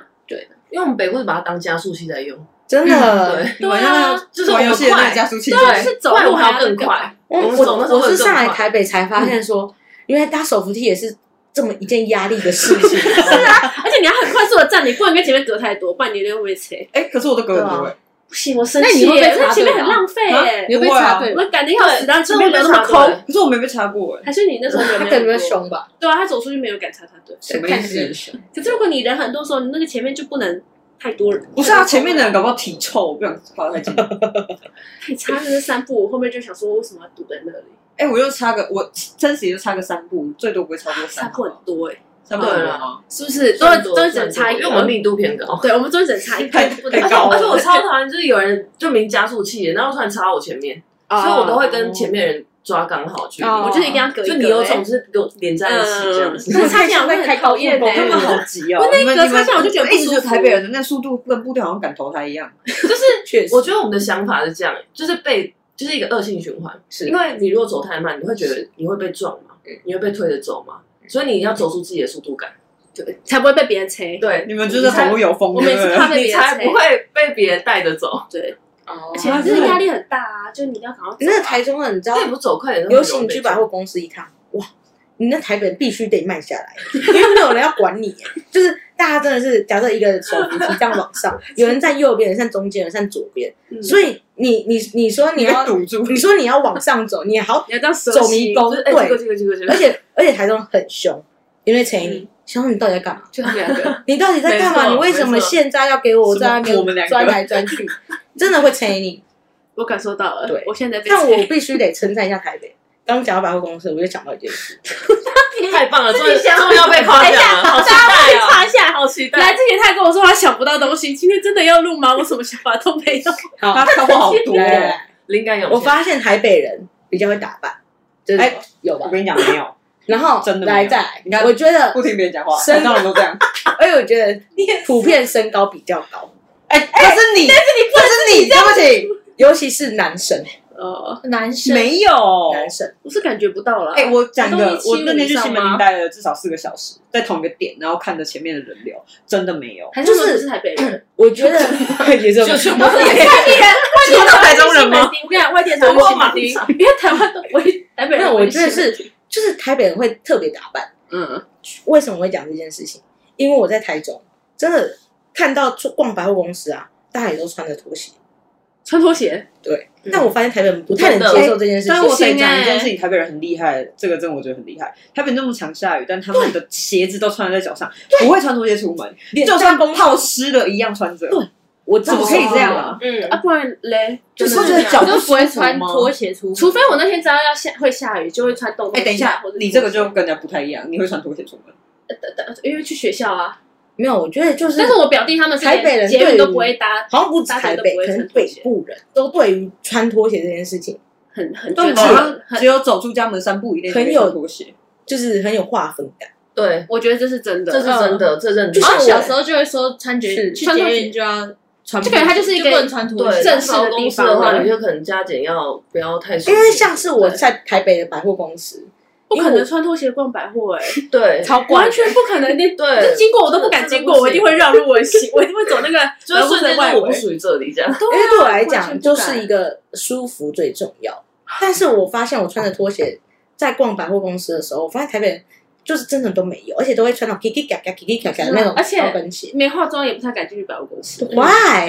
D: 因为我们北部是把它当加速器在用，
E: 真的。
C: 嗯
D: 对，
F: 你
C: 啊
F: 们像那个
D: 就是我
F: 玩
D: 们
F: 游戏的那
D: 快
F: 个加速器，
D: 对，
C: 是走路
D: 不然我们还
C: 还
D: 要
C: 要
D: 更
C: 更
D: 快
C: 快。
E: 我
D: 们走那时候
E: 我
D: 会
E: 是
D: 更
E: 上来
D: 快
E: 台北才发现
C: 嗯
E: 说，原来搭手扶梯也是这么一件压力的事 情。
C: 啊 而且你要很快速的站，你不能跟前面隔太多，不然你就会被切。
F: 哎，可是我都隔很多哎。
C: 不行，我生
G: 那
C: 气
G: 你会被
C: 耶，
G: 插队吗
C: 那前面很浪费
F: 啊
C: 啊耶，
G: 你就被
F: 不会啊
G: 插队
C: 我赶得要死，但前面没有那么
D: 对
C: 空。
F: 可是我没被插过哎，
C: 还是你那时候人
E: 他
C: 没
E: 可能
C: 有
E: 比较
C: 很多？
E: 凶吧，
C: 对啊，他走出去没有敢插他队。
F: 什么
E: 看
F: 意
E: 起来很
F: 思？
E: 凶。
C: 可是如果你人很多的时候，你那个前面就不能太多人。
F: 不是啊，前面的人搞不好体臭，我不想靠得太近。
C: 你插着这三步，我后面就想说为什么要堵在那里？
F: 哎，我就插个，我真实也就插个三步，最多不会超过
C: 三
F: 三
C: 步很多哎，
F: 三步很多吗？
C: 是不是？都
D: 算多
C: 都只能
D: 算多
C: 插一
D: 因
C: 个
D: 为我。们密度偏高。
C: 对，我们都只能插一个，不能
F: 太
D: 而且
F: 高
D: 我
F: 了
D: 而且我超讨厌，就是有人就明加速器，然后突然插到我前面，所以我都会跟前面人抓刚好距离。
G: 哦
C: 我就是一定要隔一
D: 就
C: 个。
D: 你有
C: 欸
D: 种是给我连在一起这样子，
C: 嗯，插进来会很讨厌欸
F: 他们
C: 呢。
F: 好急哦！
C: 啊我那
F: 你们
C: 个
F: 你们
C: 插进来我就觉得不
F: 一直
C: 舒
F: 觉得
C: 服
F: 台北人的那速度跟步调好像赶投胎一样。
E: 确实
D: 我，觉得我们的想法是这样，就是被就是一个恶性循环，
E: 是
D: 因为你如果走太慢，你会觉得你会被撞嘛，你会被推着走嘛，所以你要走出自己的速度感，
C: 对，才不会被别人切。
D: 对，
F: 你们就是走路有风，
C: 我每次
F: 对不对
C: 看被
D: 你
C: 别人
D: 才
C: 切
D: 不，会被别人带着走。
C: 对，
E: 哦
C: 而且你这个压力很大啊，就你一定要赶快走啊。
E: 那台中人，你知道
D: 那你不走快点，
E: 尤其你去百货公司一趟，哇，你那台本必须得慢下来，因为没有人要管你。就是大家真的是，假设一个手扶梯这样往上，有人站右边，有人站中间，有人站左边，
C: 嗯
E: 所以你你你说你要
F: 堵住
E: 你说你要往上走，你好
C: 你要当蛇
E: 走迷
C: 形
E: 宫，
D: 哎，这个
E: 对，
D: 这个这个这
E: 而
D: 个，
E: 且而且台中很凶，因为陈怡宁，想说你到底在干嘛？
C: 就他们两个，
E: 你到底在干
D: 没
E: 嘛？
D: 错
E: 你为什么现在要给我在那
F: 什么我们两
E: 边钻
F: 个
E: 来钻去？真的会陈怡宁，
C: 我感受到了。
E: 对
C: 我现在被
E: 但我
C: 催
E: 必须得称赞一下台北。刚讲到百货公司，我就讲到一件事，
D: 太棒了，终于终于要被夸奖了，好期待啊！
H: 查一下，
D: 好期
C: 来
D: 待！
C: 之前他还跟我说他想不到东西，今天真的要录吗？我什么想法都没有。
F: 他跳过好多
E: 来来
F: 哦。
E: 来，
D: 灵感涌
E: 我
D: 现，
E: 发现台北人比较会打扮，就是
F: 哎
E: 有
F: 我
E: 吧？
F: 跟你讲，没有，
E: 然后
F: 真的没有
E: 来再来
F: 你看
E: 我觉得
F: 不，听别人讲话，
E: 真的
F: 很多人都这样。
E: 而且我觉得普遍身高比较高，
F: 哎，可是你，但是你，可是你，对不起，
E: 尤其是男生，
G: 哦
C: 呃，
H: 男生
F: 没有。
E: 男生
C: 我是感觉不到了。
F: 哎、我讲
C: 都
F: 的，
C: 175
F: 我那天去
C: 以上
F: 西门
C: 吗，
F: 町待了至少四个小时，在同一个点，然后看着前面的人流，真的没有
C: 还是
E: 就是
C: 我们不是台北 人，
E: 我觉得
F: 也是
D: 就全部
C: 我是台北人，
F: 全都台中人吗？
C: 我跟你讲，外地人都
F: 我
C: 西门町， 因为台湾都我台北
E: 没
C: 人，
E: 有，我觉得是就是台北人会特别打扮。
C: 嗯，
E: 为什么会讲这件事情？因为我在台中真的看到出逛百货公司啊，大家也都穿着拖鞋。
C: 穿拖鞋，
F: 嗯
E: 但我发现台北人不太能接受这件事
F: 但
E: 情，
F: 是我得讲
C: 欸
F: 一件事情，台北人很厉害，这个真的我觉得很厉害。台北那么常下雨，但他们的鞋子都穿在脚上，不会穿拖鞋出门，就算泡湿了一样穿着。
E: 对我
F: 怎么可以这样啊？
C: 啊，
D: 嗯
C: 不然嘞，
F: 就是
C: 真的
F: 觉
C: 这
F: 得
C: 样
F: 脚
H: 我就不会
F: 舒服吗
H: 穿拖鞋出门，
C: 除非我那天知道要下会下雨，就会穿洞。
F: 哎、等一下
C: 或者，是呃
F: 你这个就跟人家不太一样，你会穿拖鞋出门，
C: 因为去学校啊，
E: 没有，我觉得就是
C: 但是我表弟他们是
E: 台北人
C: 连捷
E: 对于
C: 运都不会搭，
E: 好像不止台北，
C: 大家都不会
E: 可能
C: 穿
E: 北
C: 拖鞋
E: 部人都对于穿拖鞋这件事情
C: 很很
F: 但
C: 觉
F: 好
C: 得
F: 像只有走出家门三步一定
E: 很
F: 会
E: 有
F: 穿拖鞋。
E: 就是很有划分感。
D: 对，
C: 我觉得这是真的，嗯
D: 这是真的，这认真
E: 就。像
H: 然后
E: 我
H: 小时候就会说穿绝
E: 是
H: 去
C: 穿拖
H: 捷
C: 鞋
H: 运就要穿，
C: 就感觉它就是一个
H: 不能穿拖
D: 对，
H: 鞋，
C: 正式的地
D: 公司
C: 方
D: 的话，
G: 啊
C: 了
D: 你就可能加减要不要太舒服，
E: 因为像是我
D: 对
E: 在台北的百货公司，
C: 不可
E: 因为
C: 能
E: 我
C: 穿拖鞋逛百货哎，
D: 对，
E: 超怪
C: 完，全不可能，那
D: 对
C: 就经过我都不敢经过，
D: 这个不行
C: 我一定会绕路而行，我一定会走那个
D: 就是瞬间
C: 外
D: 就我不
C: 围。
D: 属于这里这样。
E: 因为对我来
C: 啊完
E: 讲
C: 全不
E: 就
C: 敢
E: 是一个舒服最重要。但是我发现我穿着拖鞋在逛百货公司的时候，我发现台北人就是真的都没有，而且都会穿到 kiki 嘎嘎 kiki 嘎嘎的那种
C: 啊而且
E: 高跟鞋。
C: 没化妆也不太敢进去百货公司，
F: 哎、
C: 嗯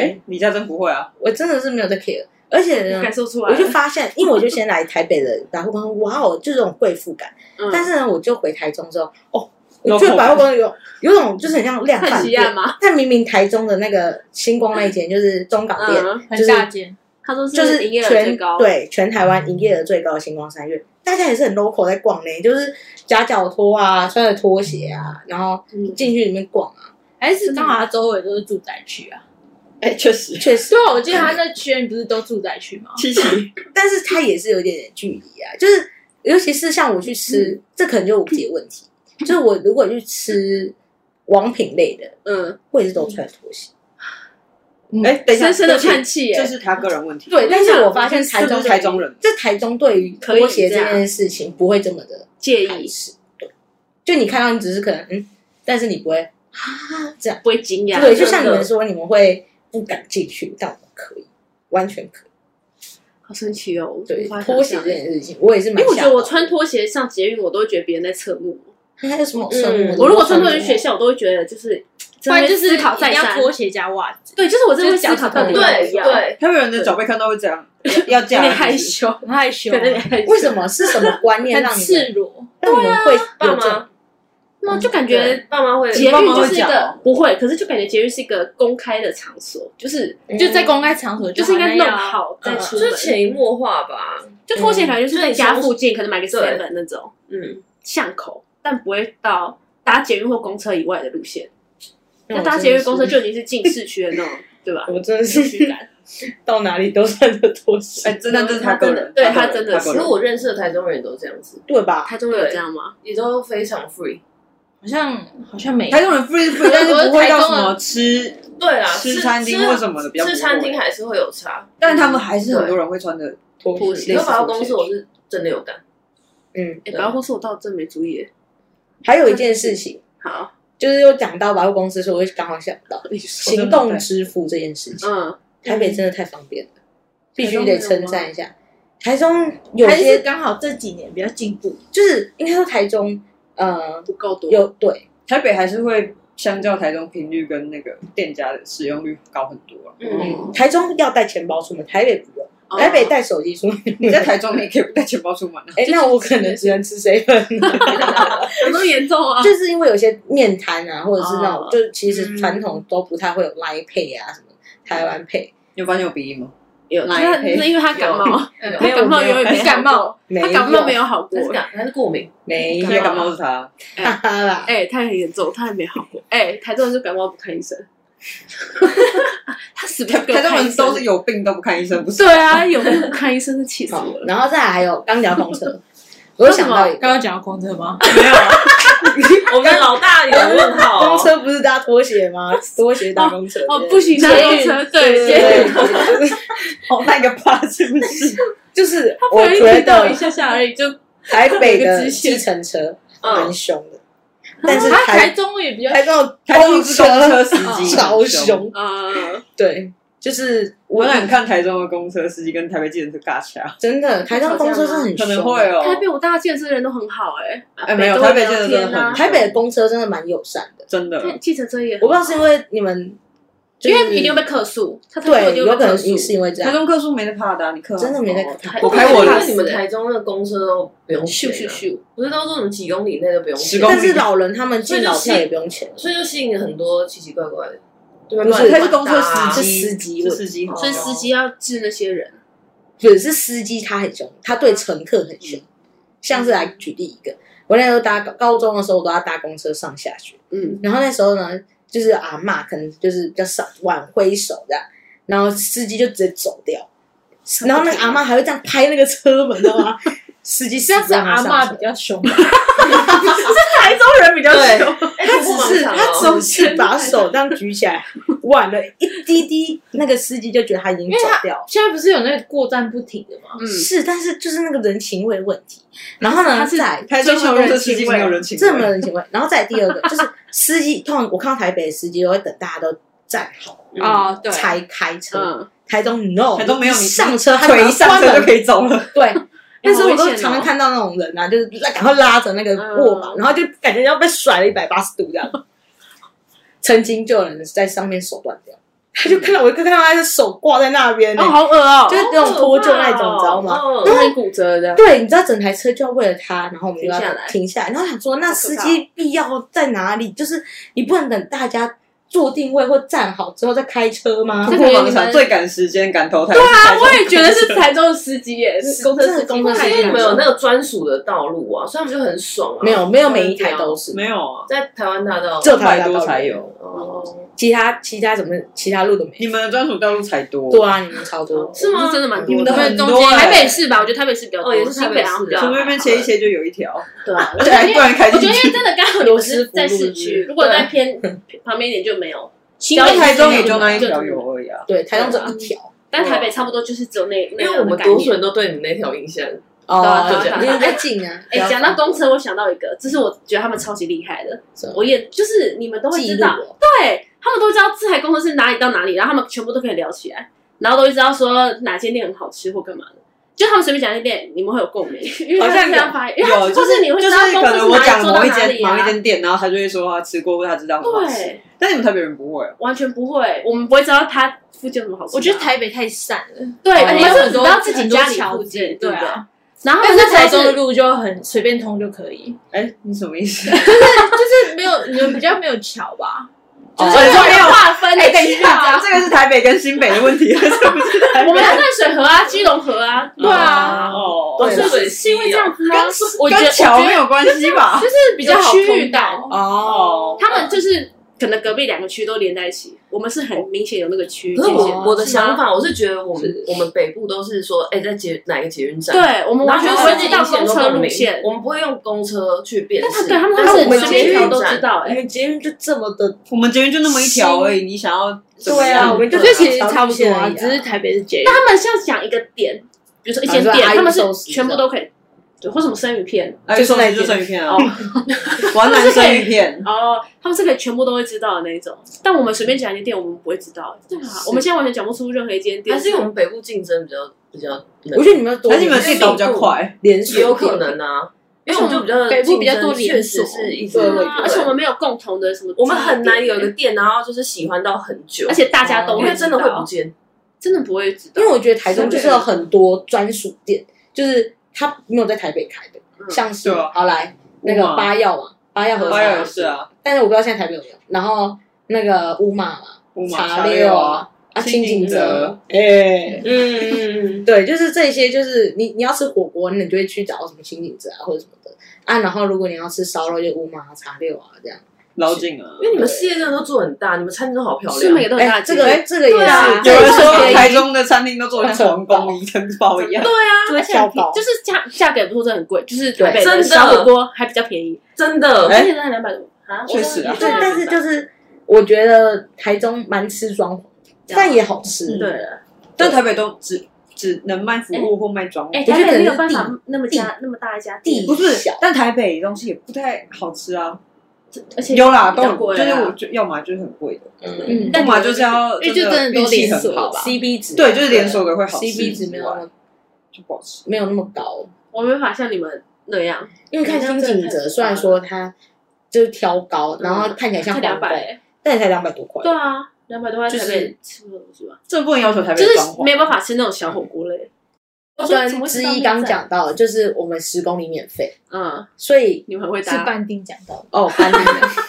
E: Why？
F: 你家真不会啊？
E: 我真的是没有在 care，而且呢
C: 感，受出来
E: 我
C: 了。
E: 就发现，因为我就先来台北的百货公司，哇哦，就这种贵妇感。
C: 嗯
E: 但是呢，我就回台中之后，哦，
F: 有
E: 我觉得
F: 口
E: 百货公司有有种就是很像量
C: 看啊
E: 贩
C: 起亚
E: 店，
C: 吗？
E: 但明明台中的那个星光那一间就是中港店，
C: 嗯，
E: 就
H: 很
E: 是
H: 大件，
C: 他说
E: 就是
C: 营业额
E: 全
C: 最高，，
E: 对全台湾营业额最高的星光三月，大家也是很 local 在逛嘞，就是夹脚拖啊，穿着拖鞋啊，然后
C: 嗯
E: 进去里面逛啊，
H: 还是刚好他周围都是住宅区啊？
F: 哎、确实，
E: 确实，
H: 对啊，我记得他那圈不是都住宅区吗？
F: 七七，
E: 但是它也是有一点点距离啊，就是尤其是像我去吃，
C: 嗯
E: 这可能就是我自己的问题，就是我如果去吃王品类的，
C: 嗯，
E: 我也是都穿拖鞋，
F: 哎、等一下，
C: 深深的
F: 对不起
C: 叹气耶哎
F: 这是他个人问题。
E: 对，但是我发现台
F: 是
E: 中
F: 不是台中人？
E: 这台中对于
C: 可以
E: 拖鞋
C: 这
E: 这
C: 样
E: 件事情不会这么的
C: 介
E: 排
C: 意
E: 斥，对，就你看到你只是可能嗯，但是你不会。
C: 不会惊讶。
E: 对，就像你
C: 真的
E: 们说，你们会不敢进去，但我们可以，完全可以。
C: 好神奇哦，我
E: 对
C: 无法，想象
E: 拖鞋这件事情，我也是
C: 因
E: 蛮
C: 为
E: 吓到的。
C: 我觉得我穿拖鞋上捷运，我都会觉得别人在侧目我。
E: 还有什么好穿的？
D: 嗯
E: 都
C: 我如果
E: 不知
C: 穿
E: 道
C: 拖鞋去
E: 什么
C: 学校，我都会觉得就是，
H: 不然就是
C: 思考
H: 一
C: 再
H: 定要
C: 三。
H: 拖鞋加袜子，
C: 对，就是我真的会思考到底要不 要，
D: 对，
F: 台北人的脚被看到会这样，要要这
C: 有
F: 样，
C: 点 害羞，
H: 很害羞啊
C: 可能有 点害羞。
E: 为什么是什么观念
H: 很
E: 让你们
H: 赤裸。
E: 让你们
C: 啊
E: 会
D: 爸
E: 有这种
D: 妈
C: 那就感
D: 对
C: 觉
D: 爸妈会
C: 捷
F: 爸
C: 运
F: 妈
C: 就
F: 会
C: 是一
F: 讲
C: 个
F: 哦
C: 不会，可是就感觉捷运是一个公开的场所，就是
E: 嗯
H: 就在公开场所，
C: 就是应该弄
H: 要
C: 好再出
D: 就
C: 门
D: 是。潜移默化吧。
C: 就拖鞋感觉就是在家附近，可能买个
D: 对
C: seven 那种，嗯，巷口，但不会到搭捷运或公车以外的路线。那搭捷运公车，就已经是进市区的那种，对吧？
E: 我真的
C: 市
E: 是
C: 区感，
E: 到哪里都穿着拖鞋，
F: 哎、真的，这是他个人，
C: 对
F: 个人
C: 他真的
F: 个
D: 因
F: 人
D: 为我认识的台中人都这样子，
E: 对吧？
C: 台中有这样吗？
D: 也都非常 free。
H: 好像好像没有
F: 台中人 free free，但是不会到什么吃
D: 对啊，
F: 吃餐厅或什么的比较不会
D: 吃餐厅还是会有差。
F: 但他们还是很多人会穿的
E: 拖
D: 你
F: 鞋
D: 说百货公司，我是真的有感，
E: 嗯，
C: 哎，
D: 对
C: 百货公司我倒真没注意。
E: 还有一件事情，
C: 好，
E: 就是又讲到百货公司的时候，我就刚好想到
C: 哦你说，
E: 行动支付这件事情，
C: 嗯，
E: 台北真的太方便了，必须得称赞一下。台中有
G: 还是
E: 些
G: 刚好这几年比较进步，
E: 就是应该说台中，呃，
C: 不够多。
E: 有对，
F: 台北还是会相较台中频率跟那个店家的使用率高很多啊。
C: 嗯，
E: 台中要带钱包出门，台北不用，
C: 哦
E: 台北带手机出门。
F: 你在台中，你也可以不带钱包出门啊。
E: 哎、那我可能只能吃
C: 哦
E: seven，
C: 有那么严重啊？
E: 就是因为有些面摊啊，或者是那种，
C: 哦
E: 就是其实传统都不太会有 Line Pay 啊什么台湾 Pay，
F: 你有发现我鼻音吗？
C: 有，
F: 来
C: 那
F: 陪
C: 那因为他感冒，
H: 嗯
C: 他感冒
E: 没有
C: 永远 没
G: 感冒，
E: 没
C: 好过，他感冒没
E: 有
C: 有好过
D: 还。是感还是过敏，
E: 没有
F: 现在感冒是他，
E: 哈哈啦，
C: 哎，他很严重，他还没好过。哎，台中人就感冒不看医生， 他死不
F: 台
C: 去给我
F: 台中
C: 看医
F: 人
C: 生
F: 都是有病都不看医生，不是？
C: 对啊，有没有不看医生是气死
E: 好
C: 我，了。
E: 然后再来还有刚聊公 车，我又想到一个。
H: 刚刚讲到公车吗？
F: 没有啊， 我们老大有问 号
E: 公
F: 哦。
E: 车不是搭拖鞋吗？拖鞋搭公车。
C: 哦，不行，搭公车，对，
E: 对，
C: 先
E: 对就是
F: 好哦那个怕是不是？
E: 就是
C: 他
E: 我
C: 可以
E: 觉
C: 遇到一
E: 得
C: 下下而已，就
E: 台北
C: 有一个
E: 的
C: 支线
E: 计程车蛮
C: 嗯，
E: 凶的，但是
H: 他台
E: 台
H: 中也比较
E: 台中
F: 台中是 公车司
E: 公
F: 机
E: 车超。凶，
C: 啊，
E: 对，就是
F: 我
E: 我
F: 很看台中的公车司机跟台北计程车尬掐，
E: 真的台中公车是很
F: 可
E: 凶的，
F: 能会哦。
C: 台北我大家健身人都很好哎，
F: 哎没有
C: 都会
F: 台北
C: 聊
F: 健身真的
C: 天啊
F: 很
E: 台北的公车真的蛮友善的，
F: 真的，
C: 对计程车也很
E: 嗯我不知道是因为你们，就
C: 因
E: 是
C: 为一定会被客诉，他他
E: 对，
C: 一定
E: 有
C: 会被
E: 可
C: 客
E: 能
C: 诉
E: 你。是因为这
F: 台
E: 样，
F: 中客数没得怕的啊，你客
E: 真的没在
F: 哦
E: 看。
F: 我开我
D: 因
F: 的
D: 为你们台中的公车都不用
C: 咻
D: 钱
C: 咻
D: 啊，
C: 咻！
D: 不是都说什么几公里内都不用
F: 十
D: 钱
F: 公，里
E: 但是老人他们进老票也不用钱，
D: 所以就吸引了很多奇奇怪怪的，对吧？
E: 不是
D: 乱
F: 他是公车
D: 搭啊
F: 司
E: 是
F: 机，
E: 司机
F: 是
E: 问
F: 司机，
C: 所以司机要治那些人，
E: 只是司机他很凶，他对乘客很凶。像是来举例一个，我那时候搭高高中的时候，我都要搭公车上下学。
C: 嗯，
E: 然后那时候呢，就是阿嬷可能就是比较少晚挥手这样，然后司机就直接走掉，然后那个阿嬷还会这样拍那个车门，知道吗？司机
G: 这样子啊阿
E: 妈
G: 嬷比较凶吧，
F: 台中人比较凶，
E: 他只是
D: 哎
E: 他只是把手这样举起来，挽了一滴滴，那个司机就觉得他已经走掉了。
G: 现在不是有那个过站不停的吗？
C: 嗯
E: 哦是，但是就是那个人情味问题。然后呢，
C: 他是
E: 再
F: 台中的公车司机没有人情
E: 这么
F: 味。
E: 人情味，然后再第二个就是司机，通常我看到台北的司机都会等大家都站好
B: 啊，对，
E: 才开车，
C: 嗯，
E: 台中 no，
F: 台中没有你
E: 上车，他
F: 腿一上车就可
E: 以。
F: 以走了，
E: 对，但是我
C: 好
E: 都
C: 危险哦
E: 常常看到那种人啊，就是拉赶快拉着那个握把，
C: 嗯
E: 然后就感觉要被甩了一百八十度这样。曾经就有人在上面手断掉，他就看到我就看到他的手挂在那边呢、
C: 哦，好恶哦，
E: 就是那种脱臼那种，你知道吗？
D: 哦
C: 容易骨折的，
E: 对，你知道整台车就要为了他，然后我们就要
C: 停下来
E: 停下来，然后想说那
C: 好可
E: 司
C: 怕
E: 机必要在哪里？就是你不能等大家坐定位或站好之后再开车吗？
F: 不过盲场最赶时间赶投台。对
C: 啊，我也觉得是台中的司机耶，是公
E: 真
C: 车司机，
E: 的是公车司
D: 因
E: 机
D: 为你们有那个专属的道路啊，所以他们就很爽啊。
E: 没有，没有，每一台都是，
F: 没有啊，
D: 在台湾大道，
E: 这
F: 三
E: 台
F: 百多才有，
D: 哦，
E: 其他其他怎么其他路都没有。
F: 你们的专属道路才多。
E: 对，啊，你们超多。
D: 是吗？
C: 真的蛮多的
D: 你们
F: 都
D: 都
F: 很多欸
B: 台北市吧，我觉得台北市比较多，
D: 哦也是
B: 新
D: 台
B: 北
D: 北市啊
B: 好像比较
F: 从那边切一切就有一条，
D: 对啊，
F: 而且还不然开
B: 我
F: 进
B: 觉得因为
F: 去。
B: 真的刚好你们是在市区，如
C: 如
B: 果
C: 果
B: 在
C: 在
B: 偏
C: 偏旁边一点就没有，
B: 新
F: 因为台中也
B: 也
F: 就那一条，有而已啊。
E: 对，台中只有一条
B: 但台北差不多就是只有那那
D: 因
B: 样
D: 为我
B: 的
D: 们
B: 概念
D: 多
C: 哎
D: 数人都对你那条印象，
E: 哦
D: 对啊
E: 因为太近啊。
C: 哎、讲到公车，我想到一个，这是我觉得他们超级厉害的
E: 什么。
C: 我也就是你们都会
E: 记
C: 知
E: 录
C: 道，
E: 哦，
C: 对他们都知道这台公车是哪里到哪里，然后他们全部都可以聊起来，然后都会知道说哪间店很好吃或干嘛的。就他们随便讲一间店，你们会有共鸣，因为
F: 好像
C: 他们这样发言，因为
F: 有，
C: 他
F: 就
C: 就是是你会
F: 就
C: 知
F: 是
C: 道公
F: 可
C: 车
F: 能我
C: 哪
F: 讲
C: 里坐
F: 某
C: 到
F: 一
C: 哪
F: 间
C: 里
F: 某一
C: 啊。
F: 间店，然后他就会说他吃过，他知道很好吃。
C: 对，
F: 但你们台北人不会啊，
C: 完全不会，我们不会知道它附近有什么好吃的啊。
G: 我觉得台北太散了，
C: 对，
G: 而
C: 我们
G: 且有
C: 是
G: 很
C: 只
G: 多
C: 知道自己
G: 很多
C: 家里
G: 桥
C: 附近，
G: 对
C: 对
G: 啊
C: 不对？然后
G: 但是台
C: 台
G: 中
C: 中
G: 的路就很随便通就可以，
F: 哎，你什么意思？
G: 就是没有你们比较没有桥
F: 哦
G: 吧？
F: 你说没有
C: 划分的
F: 哎，等
C: 区
F: 一
C: 域啊
F: 下，这个是台北跟新北的问题，还是不是台北？
C: 我们要淡水河啊，基隆河啊，对啊，
F: 哦，
E: 对
C: 所
E: 啦
C: 以是因为这样子吗？
G: 我觉得
F: 跟
G: 我
F: 桥
G: 觉
F: 没
G: 得
F: 有关系吧？
G: 就是 比较好
C: 有区域
G: 通道，
F: 哦，
C: 他们就是可能隔壁两个区都连在一起，我们是很明显有那个区域界
D: 可是
C: 限。
D: 我我的
C: 是吗
D: 想，法，我是觉得我们我们北部都是说，哎，在捷哪个捷运站，，
C: 对我们完全
D: 然
C: 不
D: 后
C: 会知道
D: 自己
C: 公
D: 都
C: 车
D: 共
C: 路
D: 鸣
C: 线，
D: 我们不会用公车去辨
C: 但他
D: 识，
C: 对他们
D: 但
C: 都
D: 是
C: 是
D: 我们
C: 随
D: 捷
C: 便一
D: 运
C: 条都
D: 站
C: 知道，
E: 你
C: 哎，
E: 们捷运就这么的，
F: 我们捷运就那么一条而已，你想要怎么
E: 对啊，
F: 样
E: 我们
G: 我
E: 就
G: 觉得其实
E: 只有
G: 差不多
E: 条路线
G: 啊，
E: 而已
G: 只是台北是捷运
C: 他们像讲一个点，比如说一间
E: 啊你说
C: 店，
E: 阿姨
C: 他们是
E: 寿司
C: 全部都可以对，或什么生鱼片
F: 哎，说来就生鱼片 啊，玩男生鱼片，
C: 哦，他们是可以全部都会知道的那一种。但我们随便讲一间店，我们不会知道。对啊，我们现在完全讲不出任何一间店。
D: 还是因为我们北部竞争比较比较冷，
E: 我觉得你们多
F: 还是你们自己搞比较快，
E: 连锁
D: 也有可能啊，因为我们就比较
H: 北部比较多
D: 竞争确
H: 连锁
D: 实是一直
E: 对，
C: 对啊而且我们没有共同的什么，
D: 哎我们很难有一个，店，然后就是喜欢到很久，
C: 而且大家都
D: 因为
C: 会
D: 真的会不见，
C: 真的不会知道
E: 因为。我觉得台中就是有很多专属店，就是它没有在台北开的，像是
F: 对啊
E: 好来那个
F: 乌马
E: 八药嘛，八药和
F: 八友也是，啊，
E: 但是我不知道现在台北有没有。然后那个乌马嘛，
F: 乌马
E: 茶
F: 茶六啊，
E: 啊，啊
F: 清
E: 清
F: 景
E: 景
F: 泽
E: 泽，哎，
D: 嗯嗯嗯，
E: 对，就是这些，就是你你要吃火锅，你就会去找什么清景泽啊或者什么的啊。然后如果你要吃烧肉，就乌马啊茶六啊这样。
F: 老井啊，
D: 因为你们事业真的都做很大，你们餐厅都好漂亮，
C: 是每个都很大
E: 哎，
C: 的
E: 这
C: 竞
E: 个
C: 争，
E: 这个也
C: 对啊
E: 是
F: 有人说
E: 这个
F: 台
E: 也是
F: 中的餐厅都做的像皇宫一样包一样，
C: 而且
E: 小宝
C: 就是价价格也不错，真的很贵，就是台北
D: 真的
C: 的小火锅还比较便宜，
D: 真的，
F: 哎
C: 而且才两百多啊，
F: 确实啊
C: 我
E: 对，
C: 真的
E: 但是就是我觉得台中蛮吃装潢，但也好吃。
C: 对
F: 但台北都只只能卖服务或卖装潢
C: 哎，
E: 我觉得
C: 台北没
E: 可能
C: 有
E: 是
C: 办法
E: 地
C: 那么家那么大一家
E: 地
C: 店，
F: 不是
E: 小，
F: 但台北东西也不太好吃啊。
C: 而且
F: 有啦，都
C: 比较
F: 很
C: 贵
F: 就是
C: 啊
F: 我就要么就是很贵的，
E: 嗯
F: 要么就是要
H: 因为就真的
F: 运
H: 都
F: 气
H: 连
F: 很
H: 锁
F: 好吧。
E: CP 值
F: 对，就是连锁的会好吃
E: ，CP 值没有那么
F: 就不好吃。
E: 没有那么高。
C: 我没法像你们那样，
E: 因为看新景泽，虽然说它就是挑高，然后看起来像
C: 才
E: 皇
C: 两
E: 宫，
C: 百，
E: 但也才两百多块
C: 对。啊，两百多块
F: 就是
C: 台北吃不是吧？
F: 这不能要求台北
C: 就
F: 的装潢
C: 是没有办法吃那种小火锅类，怎么
E: 跟
C: 会
E: 之
C: 知道
E: 一
C: 面
E: 刚
C: 在
E: 讲到，就是我们十公里免费，
C: 嗯，
E: 所以
C: 你们很会
H: 是
C: 搭，
H: 半定讲到的，
E: 哦，班里免费，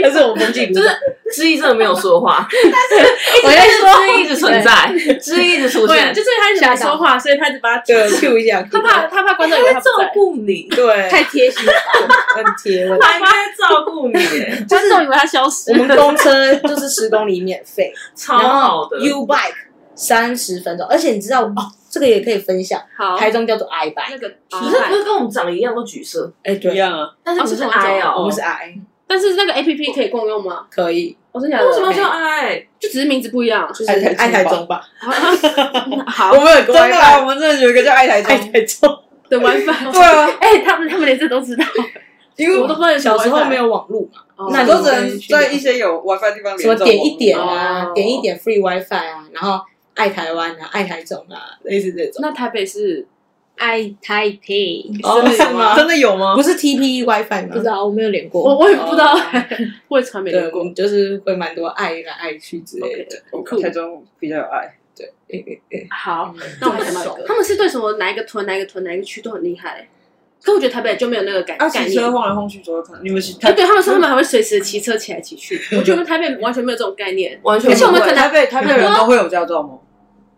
E: 但是我们风纪
D: 就是知意真的没有说 话，我在说知意一直存在，知意一直出
C: 对，
D: 现，
C: 啊就是他一直没说话，所以他一直把他
E: 对 Q 一下，
C: 他怕他怕观众以为他不在，
D: 顾你，
E: 对
H: 太贴心了吧。
E: 很嗯贴 我。
D: 他应该照顾你， 哎
C: 观众以为他消失
E: 我，们公车就是十公里免费，
D: 超好的。
E: U Bike 三十分钟，而且你知道哦，这个也可以分享，
C: 好，
E: 台中叫做 I Bike，
C: 那个
D: 不是不是跟我们长得一样都橘色，
E: 哎
F: 一
E: 对，
F: 样啊，
D: 但是
C: 哦
D: 不
C: 是
D: 是
C: 同一种
D: I
E: 我
D: 哦
E: 们，是 I，
C: 但是那个 A P P 可以共用吗？
E: 可以，
C: 我真的假的？
D: 为什么叫 I？
C: 就只是名字不一 样？
E: 就是
F: 爱台中吧
E: 爱台中吧，
C: 好
E: 我，们有一个
F: 真的
E: WiFi
F: 啊，我们真的有一个叫爱台
E: 爱
F: 中，
E: 台中，
C: 对 WiFi，
F: 对啊，
C: 哎，他们他们连这都知道，
E: 因为
C: 我都不知道有什么
E: 小时候
C: WiFi
E: 没有网络嘛，
C: 哦
E: 那
F: 我
E: 你
F: 都只能在一些有 WiFi 的地方连
E: 什么
F: 着
E: 点一点啊
C: 哦，
E: 点一点 free WiFi 啊，然后爱台湾啊，爱台中啊，类似这种。
C: 那台北是
H: 爱台北，
E: 哦，是吗？
F: 真的有吗？
E: 不是 TP WiFi 吗？
H: 不知道我没有连过。
C: 我我也不知道， 我也从来没
E: 对，
C: 连
E: 我
C: 过。
E: 们就是会蛮多爱来爱去之类的。
F: 不台中比较有爱，
E: 诶诶诶
C: 好，那我们来他们是对什么哪一个屯、哪一个屯、哪一个区都很厉害，可我觉得台北就没有那个感
F: 啊，
C: 概
F: 骑
C: 念
F: 车。晃来晃去左右看，你们是
C: 哎，
F: 台
C: 对他们说他们还会随时骑车骑来骑去，我觉得台北完全没有这种概念。
D: 完全
C: 而且我们
D: 不
C: 可
D: 会
C: 能
F: 台北台北人都会有驾照吗？